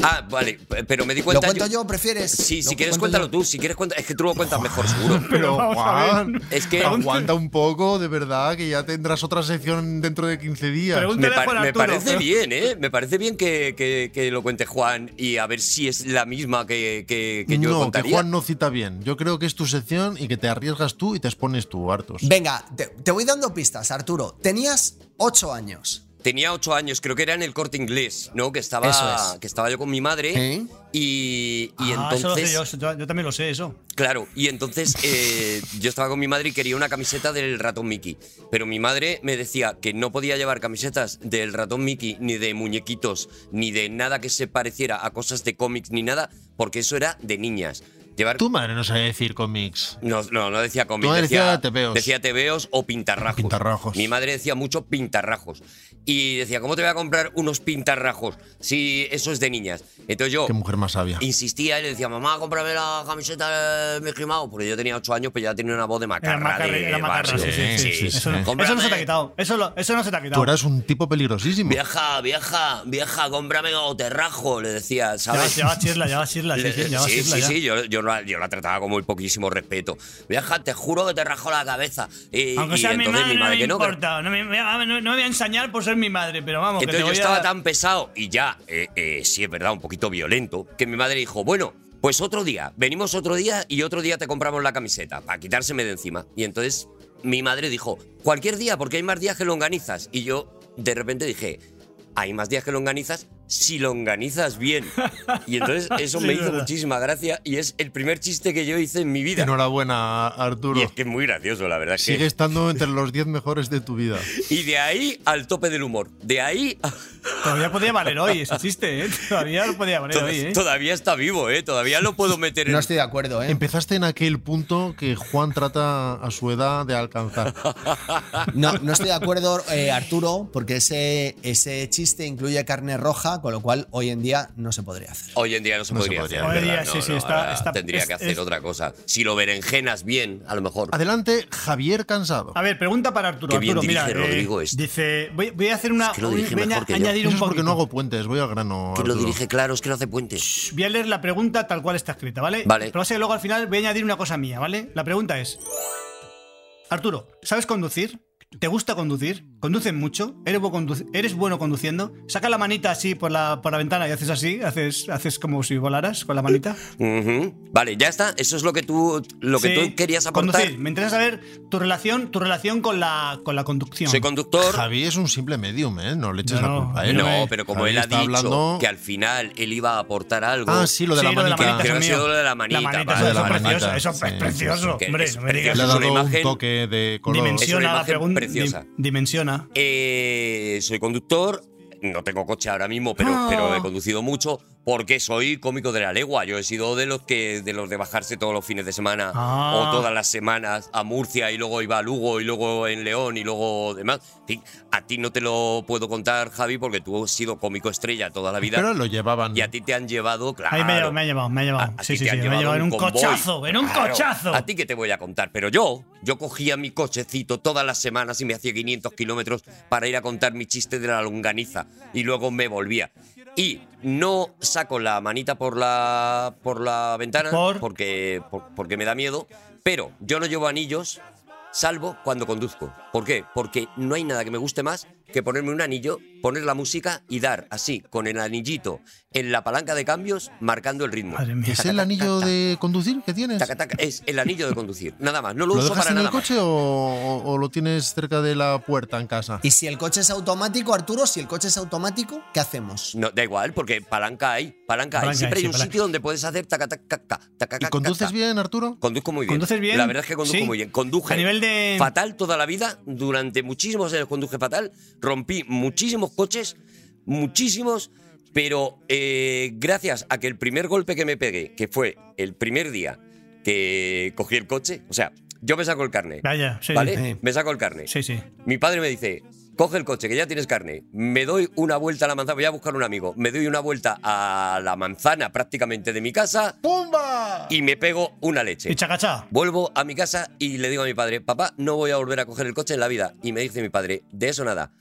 Speaker 3: Ah, vale, p- pero me di
Speaker 7: ¿Lo
Speaker 3: cuenta.
Speaker 7: cuento yo? ¿Prefieres?
Speaker 3: Sí,
Speaker 7: ¿Lo
Speaker 3: si quieres,
Speaker 7: cuento
Speaker 3: cuéntalo
Speaker 7: yo?
Speaker 3: tú. Si quieres, cuenta. Es que tú lo cuentas mejor, seguro.
Speaker 5: Pero,
Speaker 6: vamos a ver.
Speaker 5: Juan,
Speaker 3: Es que
Speaker 5: aguanta un poco, de verdad, que ya tendrás otra sección dentro de 15 días.
Speaker 3: me,
Speaker 6: Pregúntale a
Speaker 3: par-
Speaker 6: Juan
Speaker 3: me
Speaker 6: Arturo.
Speaker 3: parece bien, ¿eh? Me parece bien que, que- que lo cuente Juan y a ver si es la misma que, que- que yo
Speaker 5: no, que
Speaker 3: contaría.
Speaker 5: Juan no cita bien. Yo creo que es tu sección y que te arriesgas tú y te expones tú, hartos.
Speaker 7: Venga, te, te voy dando pistas, Arturo. Tenías 8 años.
Speaker 3: Tenía ocho años, creo que era en el corte inglés, ¿no? Que estaba,
Speaker 7: Eso es.
Speaker 3: que estaba yo con mi madre.
Speaker 7: ¿Eh?
Speaker 3: Y, y
Speaker 6: Ah, eso lo sé
Speaker 3: entonces.
Speaker 6: yo, eso- yo, yo también lo sé, eso.
Speaker 3: Claro, y entonces eh, yo estaba con mi madre y quería una camiseta del ratón Mickey. Pero mi madre me decía que no podía llevar camisetas del ratón Mickey, ni de muñequitos, ni de nada que se pareciera a cosas de cómics, ni nada, porque eso era de niñas. Llevar.
Speaker 5: Tu madre no sabe decir cómics.
Speaker 3: No, no, no decía cómics.
Speaker 5: Tu madre
Speaker 3: decía,
Speaker 5: decía tebeos.
Speaker 3: decía tebeos o pintarrajos.
Speaker 5: Pintarrajos.
Speaker 3: Mi madre decía mucho pintarrajos. Y decía, ¿cómo te voy a comprar unos pintarrajos si eso es de niñas? Entonces yo
Speaker 5: Qué mujer más sabia.
Speaker 3: insistía y le decía, mamá, cómprame la camiseta de Mickey Mouse, porque yo tenía ocho años, pero ya tenía una voz de
Speaker 6: Era
Speaker 3: macarra.
Speaker 6: macarra,
Speaker 3: de
Speaker 6: era macarra, sí,
Speaker 3: barrio.
Speaker 6: sí, sí,
Speaker 5: sí,
Speaker 6: Eso,
Speaker 5: sí.
Speaker 6: no- eso no se te ha quitado. Eso, lo- eso no se te ha
Speaker 5: Tú
Speaker 6: quitado.
Speaker 5: eras un tipo peligrosísimo.
Speaker 3: Vieja, vieja, vieja, cómprame o te rajo, le decía,
Speaker 6: Ya vas,
Speaker 3: ¿sabes?
Speaker 6: ya vas, Chirla, ya vas, Chirla. Sí,
Speaker 3: Le-
Speaker 6: sí, ya vas,
Speaker 3: sí,
Speaker 6: Chirla,
Speaker 3: sí,
Speaker 6: ya.
Speaker 3: sí, yo, yo la, yo la trataba con muy poquísimo respeto. Vieja, te juro que te rajo la cabeza. Y,
Speaker 6: Aunque
Speaker 3: y
Speaker 6: sea mi
Speaker 3: entonces
Speaker 6: madre,
Speaker 3: mi
Speaker 6: no
Speaker 3: madre
Speaker 6: me
Speaker 3: que no, que-
Speaker 6: importa. No, me, me- no- no me voy a ensañar por ser mi madre, pero vamos, que te
Speaker 3: Entonces yo
Speaker 6: voy
Speaker 3: estaba
Speaker 6: a...
Speaker 3: tan pesado y ya, eh, eh, sí es verdad, un poquito violento, que mi madre dijo, bueno, pues otro día, venimos otro día y otro día te compramos la camiseta para quitárseme de encima. Y entonces mi madre dijo, cualquier día, porque hay más días que lo organizas. Y yo de repente dije, hay más días que lo organizas si lo organizas bien. Y entonces eso
Speaker 6: Sí,
Speaker 3: me
Speaker 6: es
Speaker 3: hizo
Speaker 6: verdad.
Speaker 3: muchísima gracia y es el primer chiste que yo hice en mi vida.
Speaker 5: Enhorabuena, Arturo.
Speaker 3: Y es que es muy gracioso, la verdad. es que-
Speaker 5: Sigue estando entre los 10 mejores de tu vida.
Speaker 3: Y de ahí al tope del humor. De ahí
Speaker 6: Todavía podría valer hoy ese chiste, ¿eh? Todavía lo podría valer
Speaker 3: Toda-
Speaker 6: hoy, ¿eh?
Speaker 3: Todavía está vivo, ¿eh? Todavía lo puedo meter en...
Speaker 7: No estoy de acuerdo, ¿eh?
Speaker 5: Empezaste en aquel punto que Juan trata a su edad de alcanzar.
Speaker 7: No, no estoy de acuerdo, eh, Arturo, porque ese, ese chiste incluye carne roja, con lo cual hoy en día no se podría hacer.
Speaker 3: Hoy en día no se
Speaker 5: No se
Speaker 3: podría
Speaker 5: podría.
Speaker 3: hacer.
Speaker 6: Hoy en
Speaker 3: ¿verdad?
Speaker 6: día
Speaker 3: No,
Speaker 6: sí, sí,
Speaker 3: no,
Speaker 6: está-
Speaker 3: ahora
Speaker 6: está-
Speaker 3: tendría
Speaker 6: es-
Speaker 3: que hacer
Speaker 6: es-
Speaker 3: otra cosa. Si lo berenjenas bien, a lo mejor.
Speaker 5: Adelante, Javier Cansado.
Speaker 6: A ver, pregunta para Arturo.
Speaker 3: Qué bien
Speaker 6: Arturo, mira,
Speaker 3: dirige
Speaker 6: eh,
Speaker 3: Rodrigo esto.
Speaker 6: dice, voy, voy a hacer una,
Speaker 3: Es que lo
Speaker 6: un-
Speaker 3: dirige
Speaker 6: voy a
Speaker 3: mejor que yo.
Speaker 6: añadir
Speaker 5: Eso
Speaker 6: un
Speaker 5: es porque
Speaker 6: poquito.
Speaker 5: no hago puentes, voy al grano.
Speaker 3: que lo
Speaker 5: Arturo.
Speaker 3: dirige claro, es que no hace puentes.
Speaker 6: Voy a leer la pregunta tal cual está escrita, ¿vale?
Speaker 3: Vale.
Speaker 6: Pero pasa que luego al final voy a añadir una cosa mía, ¿vale? La pregunta es: Arturo, ¿sabes conducir? ¿Te gusta conducir? ¿Conduces mucho? ¿Eres, bu- condu- eres bueno conduciendo? Saca la manita así por la, por la ventana y haces así, haces, haces como si volaras con la manita.
Speaker 3: Ujú. Vale, ya está. Eso es lo que tú, lo que
Speaker 6: Sí,
Speaker 3: tú querías aportar.
Speaker 6: Conducir. Me interesa saber tu relación, tu relación con la, con la conducción.
Speaker 3: Soy conductor.
Speaker 5: Javi es un simple medium, ¿eh? No le eches
Speaker 6: No,
Speaker 5: la culpa a él.
Speaker 3: No, pero como
Speaker 5: Javi
Speaker 3: él ha
Speaker 5: está
Speaker 3: dicho
Speaker 5: hablando-
Speaker 3: que al final él iba a aportar algo.
Speaker 5: Ah, sí, lo de
Speaker 6: Sí,
Speaker 5: la
Speaker 6: lo de
Speaker 5: manita.
Speaker 3: Creo que ha
Speaker 6: eso es
Speaker 3: sido
Speaker 6: mío.
Speaker 3: lo de la manita,
Speaker 6: La manita,
Speaker 3: vale,
Speaker 6: eso,
Speaker 5: la
Speaker 6: eso es
Speaker 5: manita,
Speaker 6: precioso, eso es
Speaker 5: sí.
Speaker 6: precioso.
Speaker 3: Que
Speaker 6: Hombre,
Speaker 3: es
Speaker 6: no me digas
Speaker 5: Le ha
Speaker 3: Es
Speaker 6: eso.
Speaker 5: dado
Speaker 3: una imagen-
Speaker 5: un toque de color.
Speaker 3: Es una
Speaker 6: Dimensiona la
Speaker 3: imagen
Speaker 6: pregunta.
Speaker 3: preciosa.
Speaker 6: Dim- Dimensiona.
Speaker 3: Eh, soy conductor. No tengo coche ahora mismo, pero,
Speaker 6: Ah.
Speaker 3: pero he conducido mucho porque soy cómico de la legua. Yo he sido de los que de los de bajarse todos los fines de semana
Speaker 6: Ah.
Speaker 3: o todas las semanas a Murcia y luego iba a Lugo y luego en León y luego demás. En fin, a ti no te lo puedo contar, Javi, porque tú has sido cómico estrella toda la vida
Speaker 5: Pero lo llevaban.
Speaker 3: y a ti te han llevado, claro.
Speaker 6: Ahí me ha llevado, me ha llevado, me ha llevado.
Speaker 3: A- a
Speaker 6: sí,
Speaker 3: ti
Speaker 6: sí,
Speaker 3: te
Speaker 6: sí,
Speaker 3: han
Speaker 6: me ha llevado en un
Speaker 3: convoy.
Speaker 6: cochazo, en un
Speaker 3: Claro,
Speaker 6: cochazo.
Speaker 3: A ti que te voy a contar, pero yo, yo cogía mi cochecito todas las semanas y me hacía 500 kilómetros para ir a contar mi chiste de la longaniza y luego me volvía. Y no saco la manita por la por la ventana
Speaker 6: ¿Por?
Speaker 3: porque por- porque me da miedo, Pero yo no llevo anillos, salvo cuando conduzco. ¿Por qué? Porque no hay nada que me guste más que ponerme un anillo, poner la música y dar así, con el anillito en la palanca de cambios, marcando el ritmo.
Speaker 6: Madre mía.
Speaker 5: ¿Es el anillo de conducir que tienes?
Speaker 3: Taca, taca, es el anillo de conducir, nada más. No lo,
Speaker 5: ¿Lo
Speaker 3: uso
Speaker 5: dejas
Speaker 3: para
Speaker 5: en el
Speaker 3: nada
Speaker 5: coche o, o- o lo tienes cerca de la puerta en casa?
Speaker 7: Y si el coche es automático, Arturo, si el coche es automático, ¿qué hacemos?
Speaker 3: más. No, da igual, porque palanca hay, palanca, hay.
Speaker 6: Palanca
Speaker 3: Siempre hay
Speaker 6: hay, sí,
Speaker 3: un
Speaker 6: palanca.
Speaker 3: sitio donde puedes hacer taca, taca, taca, taca,
Speaker 5: ¿Y
Speaker 3: taca,
Speaker 5: conduces
Speaker 3: taca.
Speaker 5: bien, Arturo?
Speaker 3: Conduzco muy bien.
Speaker 6: ¿Conduces bien?
Speaker 3: La verdad es que conduzco
Speaker 6: Sí.
Speaker 3: muy bien. Conduje.
Speaker 6: A nivel de-
Speaker 3: Fatal toda la vida. Durante muchísimos años conduje fatal. Rompí muchísimos coches, muchísimos. Pero eh, gracias a que el primer golpe que me pegué, que fue el primer día que cogí el coche, o sea, yo me saco el carne.
Speaker 6: Vaya, sí.
Speaker 3: ¿Vale?
Speaker 7: sí.
Speaker 3: Me saco el carne.
Speaker 6: Sí, sí.
Speaker 3: Mi padre me dice, coge el coche, que ya tienes carne. Me doy una vuelta a la manzana, voy a buscar un amigo. Me doy una vuelta a la manzana prácticamente de mi casa
Speaker 4: ¡Pumba!
Speaker 3: y me pego una leche.
Speaker 6: Y chacachá.
Speaker 3: Vuelvo a mi casa y le digo a mi padre, papá, no voy a volver a coger el coche en la vida. Y me dice mi padre, de eso nada.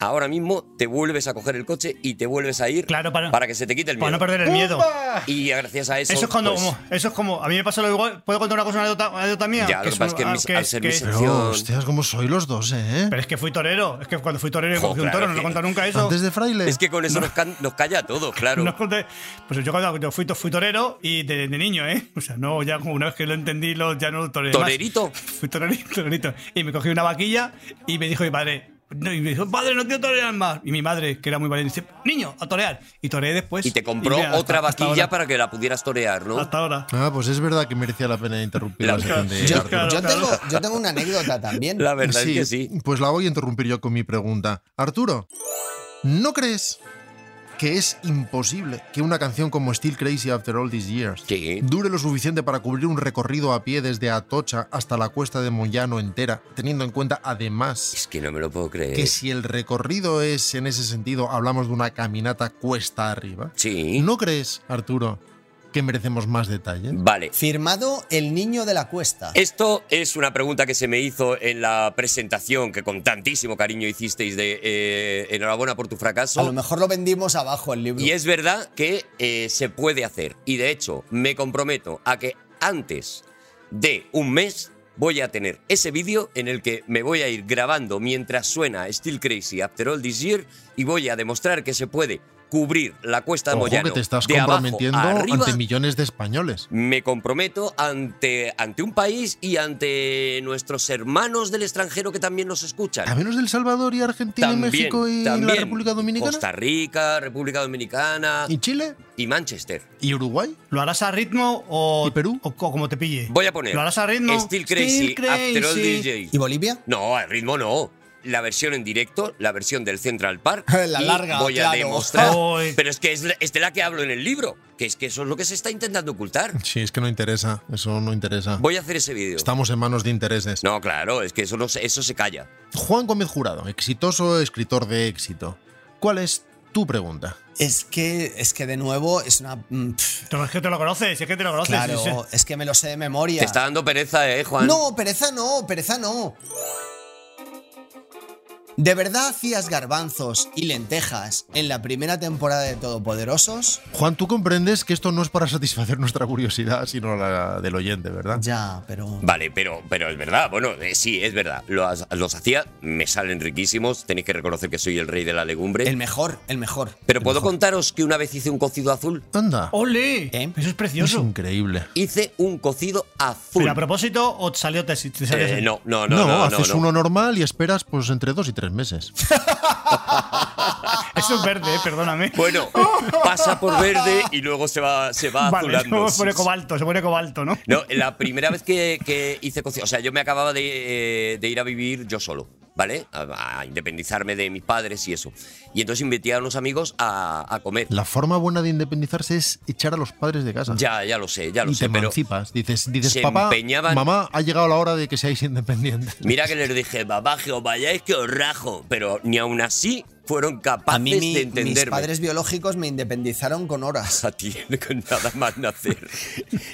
Speaker 3: Ahora mismo te vuelves a coger el coche y te vuelves a ir
Speaker 6: Claro, para-
Speaker 3: que se te quite el miedo.
Speaker 6: Para no perder el miedo.
Speaker 4: ¡Pumba!
Speaker 3: Y gracias a eso...
Speaker 6: Eso es cuando.
Speaker 3: pues,
Speaker 6: como- eso es como. A mí me pasó lo igual. ¿Puedo contar una cosa, una anécdota, una anécdota mía?
Speaker 3: Ya, lo que pasa es que
Speaker 6: ah,
Speaker 3: mis- al ser mis-
Speaker 5: Pero,
Speaker 3: Acción.
Speaker 5: hostias, cómo soy los dos, ¿eh?
Speaker 6: Pero es que fui torero. Es que cuando fui torero y
Speaker 3: Jo,
Speaker 6: cogí un
Speaker 3: claro,
Speaker 6: toro, no
Speaker 3: que-
Speaker 6: lo he contado nunca eso.
Speaker 5: Antes de fraile.
Speaker 3: Es que con eso nos, can- nos calla a todos, claro.
Speaker 6: No os conté- pues yo cuando yo fui, to- fui torero y de, de niño, ¿eh? O sea, no, ya como una vez que lo entendí, lo, ya no lo toreé más.
Speaker 3: Torerito.
Speaker 6: Fui torerito, torerito. Y me cogí una vaquilla y me dijo mi padre, no, y me dijo, padre, no quiero torear más. Y mi madre, que era muy valiente, dice, niño, a torear. Y toreé después.
Speaker 3: Y te compró
Speaker 6: Y mira, hasta-
Speaker 3: otra
Speaker 6: hasta
Speaker 3: vaquilla
Speaker 6: ahora.
Speaker 3: para que la pudieras torear, ¿no?
Speaker 6: Hasta ahora.
Speaker 5: Ah, pues es verdad que merecía la pena interrumpir la,
Speaker 3: La-
Speaker 5: sección de
Speaker 7: Yo,
Speaker 5: Arturo.
Speaker 7: yo
Speaker 6: claro.
Speaker 7: tengo, yo tengo una anécdota también.
Speaker 3: La verdad es que sí.
Speaker 5: Pues la voy a interrumpir yo con mi pregunta. Arturo, ¿no crees que es imposible que una canción como Still Crazy After All These Years
Speaker 3: Sí.
Speaker 5: dure lo suficiente para cubrir un recorrido a pie desde Atocha hasta la cuesta de Moyano entera, teniendo en cuenta además
Speaker 3: Es que no me lo puedo creer.
Speaker 5: que si el recorrido es en ese sentido, hablamos de una caminata cuesta arriba?
Speaker 3: Sí.
Speaker 5: ¿No crees, Arturo, que merecemos más detalle?
Speaker 3: Vale.
Speaker 7: Firmado el niño de la cuesta.
Speaker 3: Esto es una pregunta que se me hizo en la presentación que con tantísimo cariño hicisteis de eh, enhorabuena por tu fracaso.
Speaker 7: A lo mejor lo vendimos abajo el libro.
Speaker 3: Y es verdad que eh, se puede hacer. Y de hecho, me comprometo a que antes de un mes voy a tener ese vídeo en el que me voy a ir grabando mientras suena Still Crazy After All This Year y voy a demostrar que se puede cubrir la cuesta de
Speaker 5: Ojo
Speaker 3: Moyano
Speaker 5: que te estás
Speaker 3: de abajo a
Speaker 5: comprometiendo
Speaker 3: arriba.
Speaker 5: ante millones de españoles.
Speaker 3: Me comprometo ante, ante un país y ante nuestros hermanos del extranjero que también nos escuchan.
Speaker 5: A menos del Salvador y Argentina y
Speaker 3: También,
Speaker 5: México y la
Speaker 3: también.
Speaker 5: República Dominicana
Speaker 3: Costa Rica, República Dominicana
Speaker 5: y Chile
Speaker 3: y Manchester.
Speaker 5: y Uruguay.
Speaker 6: ¿Lo harás a ritmo o,
Speaker 5: ¿Y Perú?
Speaker 6: o co- como te pille?
Speaker 3: Voy a poner
Speaker 6: ¿Lo harás a ritmo?
Speaker 3: Still Crazy,
Speaker 6: Still
Speaker 3: After All
Speaker 6: Crazy.
Speaker 3: These Days.
Speaker 7: ¿Y Bolivia?
Speaker 3: No, al ritmo no. La versión en directo, la versión del Central Park.
Speaker 7: La
Speaker 3: y
Speaker 7: larga,
Speaker 3: Voy a
Speaker 7: claro.
Speaker 3: demostrar.
Speaker 6: Ay.
Speaker 3: Pero es que es, la- es de la que hablo en el libro. Que es que eso es lo que se está intentando ocultar.
Speaker 5: Sí, es que no interesa, eso no interesa.
Speaker 3: Voy a hacer ese vídeo.
Speaker 5: Estamos en manos de intereses.
Speaker 3: No, claro, es que eso, no, se- eso se calla.
Speaker 5: Juan Gómez Jurado, exitoso escritor de éxito. ¿Cuál es tu pregunta?
Speaker 7: Es que, es que de nuevo es una. mm, pff,
Speaker 6: Pero Es que te lo conoces, es que te lo conoces.
Speaker 7: claro,
Speaker 6: sí, sí.
Speaker 7: es que me lo sé de memoria.
Speaker 3: Te está dando pereza, ¿eh, Juan?
Speaker 7: No, pereza no, pereza no. ¿De verdad hacías garbanzos y lentejas en la primera temporada de Todopoderosos?
Speaker 5: Juan, tú comprendes que esto no es para satisfacer nuestra curiosidad, sino la del oyente, ¿verdad?
Speaker 7: Ya, pero.
Speaker 3: Vale, pero, pero es verdad. Bueno, eh, sí, es verdad. Los, los hacía, me salen riquísimos. Tenéis que reconocer que soy el rey de la legumbre.
Speaker 7: El mejor, el mejor.
Speaker 3: pero
Speaker 7: el
Speaker 3: puedo
Speaker 7: mejor.
Speaker 3: contaros que una vez hice un cocido azul.
Speaker 5: Anda,
Speaker 6: ¡Ole!
Speaker 7: ¿Eh?
Speaker 6: Eso es
Speaker 5: es
Speaker 6: precioso.
Speaker 5: increíble.
Speaker 3: Hice un cocido azul.
Speaker 6: Pero a propósito, o te salió te, te salió
Speaker 3: Eh,
Speaker 6: así?
Speaker 3: no, no, no, no, no,
Speaker 5: haces
Speaker 3: no.
Speaker 5: uno normal y esperas pues entre dos y tres meses.
Speaker 6: Eso es verde, eh, perdóname.
Speaker 3: Bueno, pasa por verde y luego se va, se va
Speaker 6: vale,
Speaker 3: azulando.
Speaker 6: se pone cobalto, se pone cobalto, ¿no?
Speaker 3: No, la primera vez que, que hice cocido, o sea, yo me acababa de, eh, de ir a vivir yo solo, ¿vale? A, a independizarme de mis padres y eso. Y entonces invité a unos amigos a, a comer.
Speaker 5: La forma buena de independizarse es echar a los padres de casa.
Speaker 3: Ya, ya lo sé, ya lo
Speaker 5: y te
Speaker 3: sé, pero
Speaker 5: emancipas. Dices, dices
Speaker 3: se
Speaker 5: papá,
Speaker 3: empeñaban-
Speaker 5: mamá, ha llegado la hora de que seáis independientes.
Speaker 3: mira que les dije, papá, que os vayáis que os rajo, pero ni aún así fueron
Speaker 7: A
Speaker 3: capaces
Speaker 7: mí mi-
Speaker 3: de
Speaker 7: mis
Speaker 3: entenderme.
Speaker 7: padres biológicos me independizaron con horas.
Speaker 3: a ti, con nada más nacer.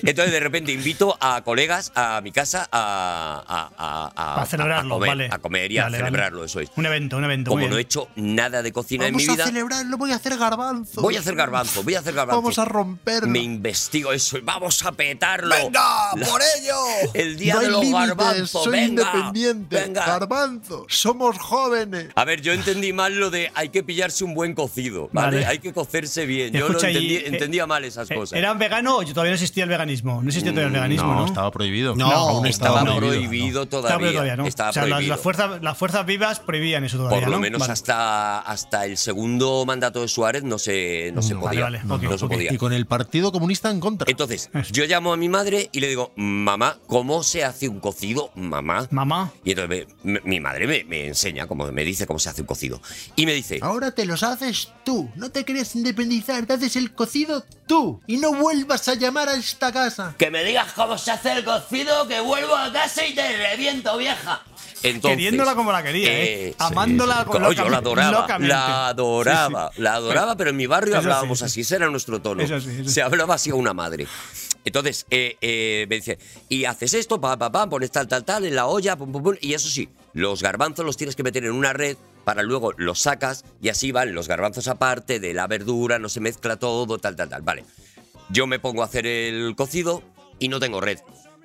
Speaker 3: Entonces, de repente, invito a colegas a mi casa a, a- a- a-
Speaker 6: Para celebrarlo,
Speaker 3: Ah, a comer,
Speaker 6: vale.
Speaker 3: a comer y
Speaker 6: Vale,
Speaker 3: a
Speaker 6: vale.
Speaker 3: celebrarlo, eso es.
Speaker 6: Un evento, un evento.
Speaker 3: Como
Speaker 6: muy
Speaker 3: no he
Speaker 6: bien.
Speaker 3: hecho nada de cocina
Speaker 5: Vamos
Speaker 3: en mi
Speaker 5: a
Speaker 3: vida,
Speaker 5: celebrarlo, voy a hacer garbanzo.
Speaker 3: voy a hacer garbanzo, voy a hacer garbanzo.
Speaker 5: Vamos a romperlo.
Speaker 3: Me investigo eso y vamos a petarlo.
Speaker 7: ¡Venga,
Speaker 3: La-
Speaker 7: por ello!
Speaker 3: El día
Speaker 5: no hay
Speaker 3: de los
Speaker 5: límites,
Speaker 3: garbanzos,
Speaker 5: soy
Speaker 3: venga.
Speaker 5: independiente.
Speaker 3: venga.
Speaker 5: Garbanzo, somos jóvenes.
Speaker 3: A ver, yo entendí mal lo de hay que pillarse un buen cocido, ¿vale?
Speaker 6: Vale.
Speaker 3: Hay que cocerse bien.
Speaker 6: Y
Speaker 3: Yo lo
Speaker 6: escucha, y-
Speaker 3: entendí,
Speaker 6: eh,
Speaker 3: entendía mal esas
Speaker 6: Eh,
Speaker 3: cosas. Mm,
Speaker 6: ¿Era vegano o todavía no existía el veganismo? No existía todavía el veganismo, ¿no?
Speaker 5: estaba prohibido.
Speaker 7: No,
Speaker 5: aún
Speaker 3: Estaba
Speaker 5: estaba
Speaker 3: prohibido, todavía.
Speaker 6: Estaba prohibido todavía, ¿no?
Speaker 3: Estaba
Speaker 6: o sea, las-
Speaker 3: prohibido.
Speaker 6: Las, fuerzas, las fuerzas vivas prohibían eso todavía,
Speaker 3: Por lo
Speaker 6: ¿no?
Speaker 3: menos
Speaker 6: Vale.
Speaker 3: hasta, hasta el segundo mandato de Suárez no se, no se
Speaker 6: Vale,
Speaker 3: podía.
Speaker 6: vale,
Speaker 3: no
Speaker 6: ok,
Speaker 3: se
Speaker 6: ok.
Speaker 3: podía. Eh,
Speaker 5: Y con el Partido Comunista en contra.
Speaker 3: Entonces, yo llamo a mi madre y le digo, mamá, ¿cómo se hace un cocido, mamá?
Speaker 6: Mamá.
Speaker 3: Y entonces me- me- mi madre me, me enseña, como me dice cómo se hace un cocido. Y me dice,
Speaker 6: Ah.
Speaker 5: Ahora te los haces tú. No te quieres independizar, te haces el cocido tú. Y no vuelvas a llamar a esta casa.
Speaker 3: que me digas cómo se hace el cocido, que vuelvo a casa y te reviento, vieja. Entonces,
Speaker 6: Queriéndola como la quería, ¿eh?
Speaker 3: sí,
Speaker 6: Amándola
Speaker 3: sí.
Speaker 6: con-
Speaker 3: Coño, la
Speaker 6: locamente,
Speaker 3: adoraba,
Speaker 6: locamente.
Speaker 3: la adoraba, la adoraba, pero en mi barrio
Speaker 6: Eso
Speaker 3: hablábamos
Speaker 6: sí, eso
Speaker 3: así, ese era nuestro tono.
Speaker 6: Eso sí, eso sí.
Speaker 3: Se hablaba así a una madre. Entonces, eh, eh, me dice, y haces esto, pa, pa, pam, pones tal, tal, tal, en la olla, pum, pum, pum, y eso sí, los garbanzos los tienes que meter en una red para luego los sacas y así van los garbanzos aparte de la verdura, no se mezcla todo, tal, tal, tal. Vale, yo me pongo a hacer el cocido y no tengo red,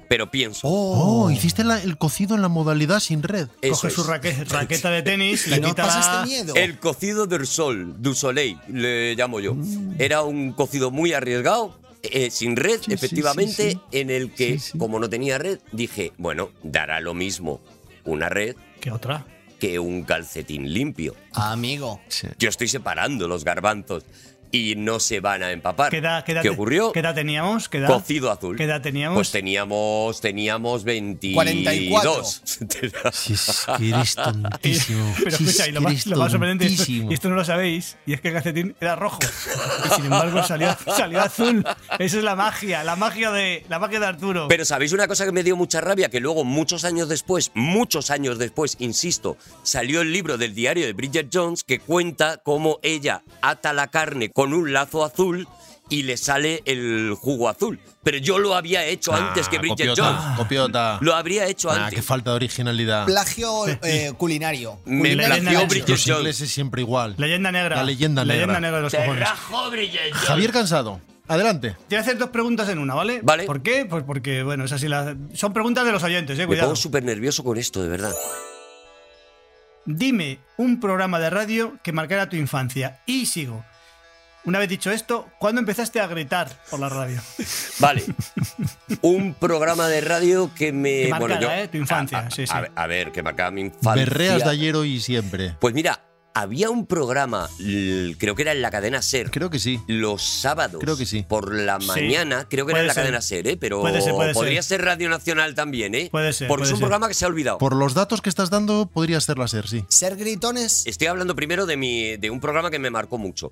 Speaker 3: pero pienso...
Speaker 5: Oh, hiciste la- el cocido en la modalidad sin red.
Speaker 3: eso
Speaker 6: Coge su
Speaker 3: es.
Speaker 6: raque- raqueta de tenis,
Speaker 7: ¿Y
Speaker 6: le
Speaker 7: no
Speaker 6: quita
Speaker 3: este
Speaker 7: pasaste miedo?
Speaker 3: El cocido del sol, du soleil, le llamo yo.
Speaker 6: Mm.
Speaker 3: Era un cocido muy arriesgado, eh, sin red, efectivamente, en el que, como no tenía red, dije, bueno, dará lo mismo una red
Speaker 6: ¿Qué otra?
Speaker 3: que un calcetín limpio.
Speaker 7: Amigo.
Speaker 3: Yo estoy separando los garbanzos y no se van a empapar.
Speaker 6: ¿Qué, edad, qué, edad
Speaker 3: ¿Qué
Speaker 6: te-
Speaker 3: ocurrió?
Speaker 6: ¿Qué edad teníamos? ¿Qué edad?
Speaker 3: Cocido azul.
Speaker 6: ¿Qué edad teníamos?
Speaker 3: Pues teníamos, teníamos 22.
Speaker 7: 44.
Speaker 5: Si es que eres tontísimo.
Speaker 6: Pero escucha, y lo más, lo más sorprendente, y esto, y esto no lo sabéis, y es que el calcetín era rojo. Y sin embargo salió, salió azul. Esa es la magia, la magia de, la magia de Arturo.
Speaker 3: Pero sabéis una cosa que me dio mucha rabia, que luego muchos años después, muchos años después, insisto, salió el libro del diario de Bridget Jones que cuenta cómo ella ata la carne con un lazo azul y le sale el jugo azul. Pero yo lo había hecho
Speaker 5: Ah,
Speaker 3: antes que Bridget Jones.
Speaker 5: Copiota.
Speaker 3: Lo habría hecho
Speaker 5: Ah, qué
Speaker 3: antes.
Speaker 5: falta de originalidad.
Speaker 7: Plagio eh, culinario.
Speaker 3: Me
Speaker 6: Leyenda
Speaker 3: plagió
Speaker 6: negra.
Speaker 3: Bridget
Speaker 5: Los
Speaker 3: Jones.
Speaker 5: ingleses siempre igual.
Speaker 6: leyenda negra.
Speaker 5: La leyenda negra.
Speaker 6: de los
Speaker 3: Te
Speaker 6: cojones.
Speaker 3: rajo, Bridget Jones.
Speaker 5: Javier Cansado, adelante.
Speaker 6: Te voy a hacer dos preguntas en una, ¿vale?
Speaker 3: Vale.
Speaker 6: ¿Por qué? Pues porque, bueno, es así. la- Son preguntas de los oyentes, eh,
Speaker 3: Me
Speaker 6: cuidado.
Speaker 3: pongo súper nervioso con esto, de verdad.
Speaker 6: Dime un programa de radio que marcara tu infancia. Y sigo. Una vez dicho esto, ¿cuándo empezaste a gritar por la radio?
Speaker 3: Vale. Un programa de radio que me.
Speaker 6: Que marcara,
Speaker 3: bueno, yo-
Speaker 6: ¿eh? Tu infancia,
Speaker 3: A, a-
Speaker 6: sí, sí.
Speaker 3: a ver- a ver, que marcaba mi infancia.
Speaker 5: Berreas de ayer, hoy y siempre.
Speaker 3: Pues mira, había un programa, l- creo que era en la cadena Ser,
Speaker 5: Creo que sí.
Speaker 3: los sábados.
Speaker 5: Creo que sí.
Speaker 3: Por la
Speaker 6: Sí.
Speaker 3: mañana, creo que era
Speaker 6: Puede
Speaker 3: en la
Speaker 6: ser.
Speaker 3: cadena Ser, ¿eh? Pero
Speaker 6: Puede ser, puede
Speaker 3: podría
Speaker 6: ser.
Speaker 3: ser. Radio Nacional también, ¿eh?
Speaker 6: Puede ser,
Speaker 3: Porque es
Speaker 6: puede
Speaker 3: un
Speaker 6: ser.
Speaker 3: programa que se ha olvidado.
Speaker 5: Por los datos que estás dando, podría ser la ser, sí.
Speaker 7: Ser gritones.
Speaker 3: Estoy hablando primero de, mi, de un programa que me marcó mucho.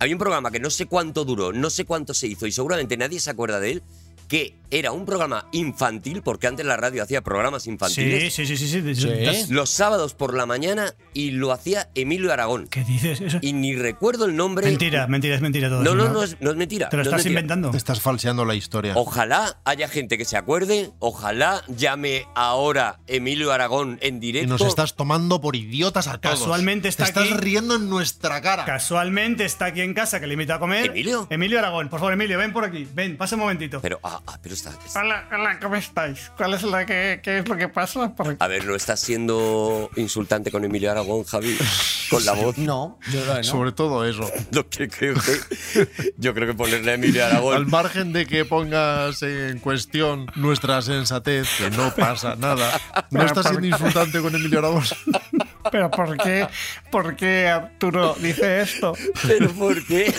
Speaker 3: Había un programa que no sé cuánto duró, no sé cuánto se hizo y seguramente nadie se acuerda de él, que era un programa infantil, porque antes la radio hacía programas infantiles.
Speaker 6: Sí, sí, sí, sí. sí, de-
Speaker 7: Sí.
Speaker 6: das-
Speaker 3: Los sábados por la mañana y lo hacía Emilio Aragón.
Speaker 6: ¿Qué dices? Eso-
Speaker 3: Y ni recuerdo el nombre.
Speaker 6: Mentira, mentira, es mentira todo.
Speaker 3: No,
Speaker 6: eso,
Speaker 3: no, no es, no es mentira.
Speaker 6: Te
Speaker 3: no
Speaker 6: lo
Speaker 3: es
Speaker 6: estás
Speaker 3: mentira.
Speaker 6: inventando.
Speaker 5: Te estás falseando la historia.
Speaker 3: Ojalá haya gente que se acuerde. Ojalá llame ahora Emilio Aragón en
Speaker 5: Y
Speaker 3: directo.
Speaker 5: nos estás tomando por idiotas a todos.
Speaker 6: Casualmente está
Speaker 5: Te estás
Speaker 6: aquí-
Speaker 5: riendo en nuestra cara.
Speaker 6: Casualmente está aquí en casa que le invita a comer.
Speaker 3: ¿Emilio?
Speaker 6: Emilio Aragón, por favor, Emilio, ven por aquí. Ven, pasa un momentito.
Speaker 3: Pero, ah, ah, pero está.
Speaker 10: Hola, hola, ¿cómo estáis? ¿Cuál es la que, qué es lo que pasa? Por-
Speaker 3: A ver, no estás siendo insultante con Emilio Aragón, Javi. Con la voz.
Speaker 7: No, yo creo que no.
Speaker 5: Sobre todo eso.
Speaker 3: Lo que creo que. Yo creo que ponerle a Emilio
Speaker 5: Al
Speaker 3: Aragón.
Speaker 5: margen de que pongas en cuestión nuestra sensatez, que no pasa nada. No estás siendo insultante con Emilio Aragón.
Speaker 10: ¿Pero por qué, por qué Arturo dice esto?
Speaker 3: Pero ¿por qué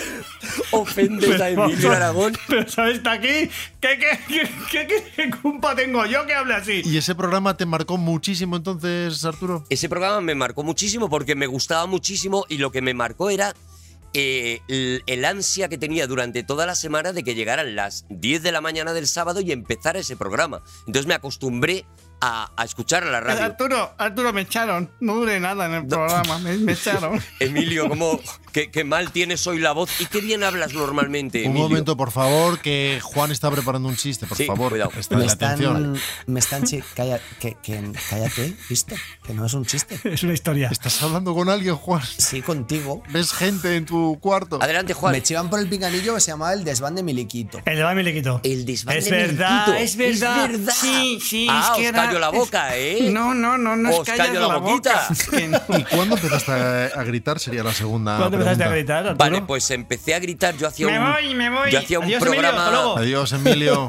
Speaker 3: ofendes a Emilio Aragón?
Speaker 6: Pero ¿sabes? Está aquí. ¿Qué, qué, qué, qué, qué- qué culpa tengo yo que hable así?
Speaker 5: ¿Y ese programa te marcó muchísimo entonces, Arturo?
Speaker 3: Ese programa me marcó muchísimo porque me gustaba muchísimo y lo que me marcó era eh, el, el ansia que tenía durante toda la semana de que llegaran las 10 de la mañana del sábado y empezara ese programa. Entonces me acostumbré a a, a escuchar a la radio.
Speaker 10: Arturo, Arturo, me echaron. No duré nada en el programa, me, me echaron.
Speaker 3: Emilio, ¿cómo, qué, qué mal tienes hoy la voz y qué bien hablas normalmente,
Speaker 5: Un
Speaker 3: Eh, Emilio.
Speaker 5: momento, por favor, que Juan está preparando un chiste, por
Speaker 3: Sí,
Speaker 5: favor.
Speaker 3: cuidado.
Speaker 5: Prestadle
Speaker 7: Me Pues están,
Speaker 5: atención.
Speaker 7: me están chi- calla- que, que- cállate, ¿viste? Que no es un chiste.
Speaker 6: Es una historia.
Speaker 5: Estás hablando con alguien, Juan.
Speaker 7: Sí, contigo.
Speaker 5: ¿Ves gente en tu cuarto?
Speaker 3: Adelante, Juan.
Speaker 7: Me chivan por el pinganillo que se llamaba el desván de Miliquito.
Speaker 6: El de Bami le quitó.
Speaker 3: El desván
Speaker 6: Es
Speaker 3: de
Speaker 6: verdad,
Speaker 3: Milquito.
Speaker 6: es verdad.
Speaker 3: Es verdad.
Speaker 6: Sí, sí,
Speaker 3: Ah,
Speaker 6: es
Speaker 3: os
Speaker 6: que era-
Speaker 3: callo la boca, ¿eh?
Speaker 10: No, no, no, no es
Speaker 3: Os
Speaker 10: callas
Speaker 3: callo la boquita.
Speaker 10: boca.
Speaker 5: ¿Y cuándo empezaste a, a gritar? Sería la segunda.
Speaker 6: ¿Cuándo empezaste a
Speaker 5: Ah, pregunta.
Speaker 6: gritar, Arturo?
Speaker 3: Vale, pues empecé a gritar. Yo hacía
Speaker 6: Me
Speaker 3: un,
Speaker 6: voy, me voy.
Speaker 3: Yo hacía un
Speaker 6: Adiós, Emilio,
Speaker 3: programa.
Speaker 6: hasta luego.
Speaker 5: Adiós, Emilio.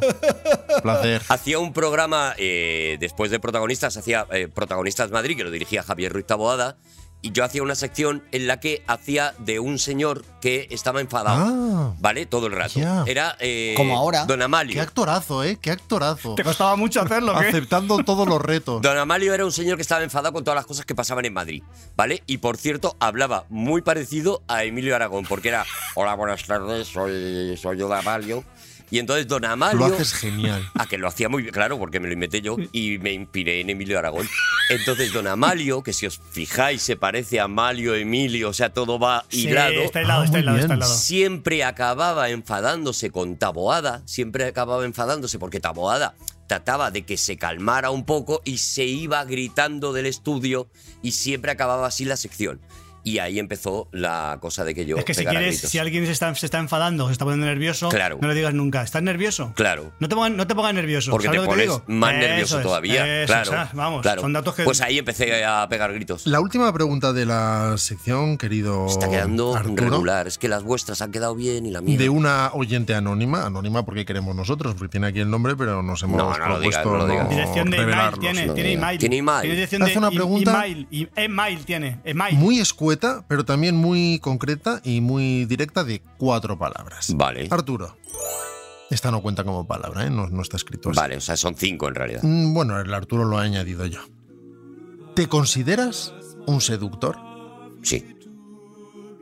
Speaker 5: Placer.
Speaker 3: Hacía un programa eh, después de protagonistas, hacía eh, Protagonistas Madrid, que lo dirigía Javier Ruiz Taboada, y yo hacía una sección en la que hacía de un señor que estaba enfadado,
Speaker 5: Ah.
Speaker 3: ¿vale? Todo el rato.
Speaker 5: Ya.
Speaker 3: Era eh,
Speaker 7: Como ahora.
Speaker 3: Don
Speaker 5: Qué
Speaker 3: Amalio.
Speaker 5: actorazo, ¿eh? Qué actorazo.
Speaker 6: ¿Te costaba mucho hacerlo? o ¿qué?
Speaker 5: Aceptando todos los retos.
Speaker 3: Don Amalio era un señor que estaba enfadado con todas las cosas que pasaban en Madrid, ¿vale? Y por cierto, hablaba muy parecido a Emilio Aragón, porque era, hola, buenas tardes, soy, soy yo Don Amalio. Y entonces Don
Speaker 5: Lo
Speaker 3: Amalio...
Speaker 5: haces genial.
Speaker 3: A Ah, que lo hacía muy bien, claro, porque me lo inventé yo y me inspiré en Emilio Aragón. Entonces, don Amalio, que si os fijáis se parece a Amalio, Emilio, o sea, todo va
Speaker 6: Sí,
Speaker 3: hilado,
Speaker 6: está hilado,
Speaker 5: Ah,
Speaker 6: está
Speaker 5: muy
Speaker 6: hilado, está
Speaker 5: bien.
Speaker 6: hilado.
Speaker 3: siempre acababa enfadándose con Taboada, siempre acababa enfadándose porque Taboada trataba de que se calmara un poco y se iba gritando del estudio y siempre acababa así la sección. Y ahí empezó la cosa de que yo
Speaker 6: Es que si
Speaker 3: pegara
Speaker 6: quieres,
Speaker 3: gritos.
Speaker 6: si alguien se está, se está enfadando, se está poniendo nervioso,
Speaker 3: Claro.
Speaker 6: no le digas nunca, ¿estás nervioso?
Speaker 3: Claro.
Speaker 6: No te pongas, no te pongas nervioso.
Speaker 3: Porque
Speaker 6: ¿sabes
Speaker 3: te
Speaker 6: lo que
Speaker 3: pones
Speaker 6: digo?
Speaker 3: más
Speaker 6: Eso
Speaker 3: nervioso
Speaker 6: es,
Speaker 3: todavía.
Speaker 6: eso
Speaker 3: claro,
Speaker 6: es, ah, vamos,
Speaker 3: claro.
Speaker 6: son datos que.
Speaker 3: Pues ahí empecé a pegar gritos.
Speaker 5: La última pregunta de la sección, querido.
Speaker 3: Está quedando
Speaker 5: Arturo,
Speaker 3: regular. Es que las vuestras han quedado bien y la mía.
Speaker 5: De una oyente anónima, anónima porque queremos nosotros, porque tiene aquí el nombre, pero nos hemos
Speaker 3: No, no lo digas,
Speaker 5: propuesto
Speaker 3: no lo digas.
Speaker 6: Dirección de email
Speaker 5: revelarlos.
Speaker 6: tiene,
Speaker 3: no
Speaker 6: tiene
Speaker 3: digas.
Speaker 6: email.
Speaker 3: Tiene email.
Speaker 6: dirección
Speaker 5: Hace
Speaker 6: de
Speaker 5: una
Speaker 6: e-
Speaker 5: pregunta-
Speaker 6: Email, e- email tiene, email.
Speaker 5: Muy escueta, pero también muy concreta y muy directa de cuatro palabras.
Speaker 3: Vale.
Speaker 5: Arturo, esta no cuenta como palabra, ¿eh? no, no está escrito así.
Speaker 3: Vale, o sea, son cinco en realidad.
Speaker 5: Mm, Bueno, el Arturo lo ha añadido yo. ¿Te consideras un seductor?
Speaker 3: Sí.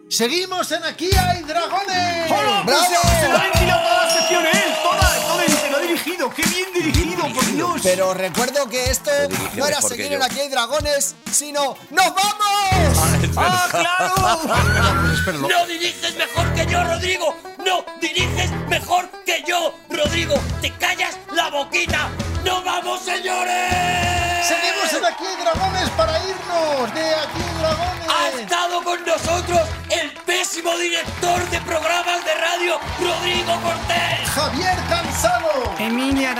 Speaker 4: Seguimos en Aquí hay dragones.
Speaker 6: ¡Se lo ha ventilado toda la sección él! ¡Toda! ¡Todo se lo ha dirigido! ¡Qué bien dirigido, por Dios!
Speaker 7: Pero recuerdo que esto
Speaker 3: Lo dirige
Speaker 7: no era
Speaker 3: mejor que
Speaker 7: seguir
Speaker 3: yo.
Speaker 7: en Aquí hay dragones, sino ¡Nos vamos!
Speaker 6: ¡Ah, claro!
Speaker 5: Espéralo.
Speaker 3: ¡No diriges mejor que yo, Rodrigo! ¡No diriges mejor que yo, Rodrigo! ¡Te callas la boquita! ¡No vamos, señores!
Speaker 4: Seguimos en Aquí hay dragones para irnos de Aquí hay dragones.
Speaker 3: ¡Ha estado con nosotros el pésimo director de programas de radio, Rodrigo Cortés!
Speaker 4: Javier Cansado.
Speaker 10: Emilia,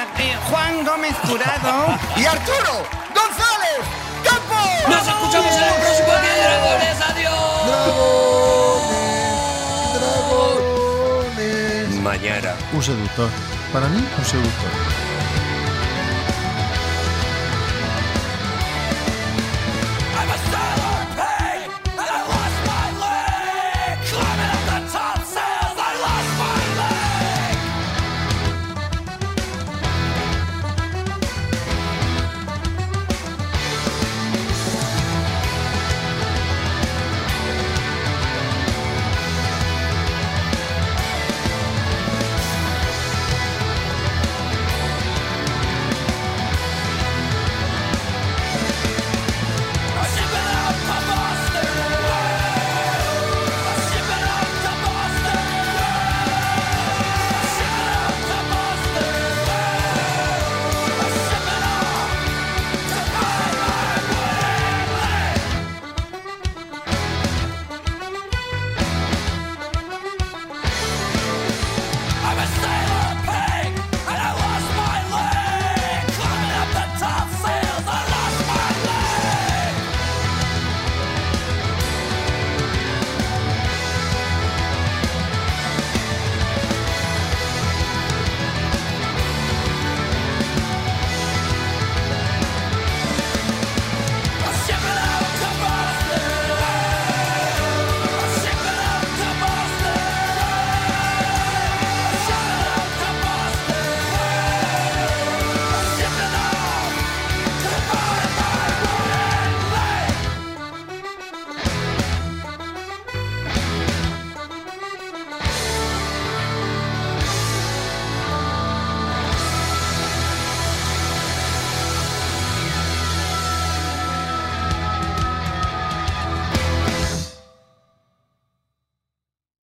Speaker 10: Juan Gómez Jurado.
Speaker 7: ¡Y Arturo! ¡González! ¡Campo!
Speaker 3: ¡Nos escuchamos en el próximo Aquí hay Dragones! ¡Adiós!
Speaker 5: Dragones, dragones.
Speaker 3: Mañana.
Speaker 5: Un seductor. Para mí, un seductor.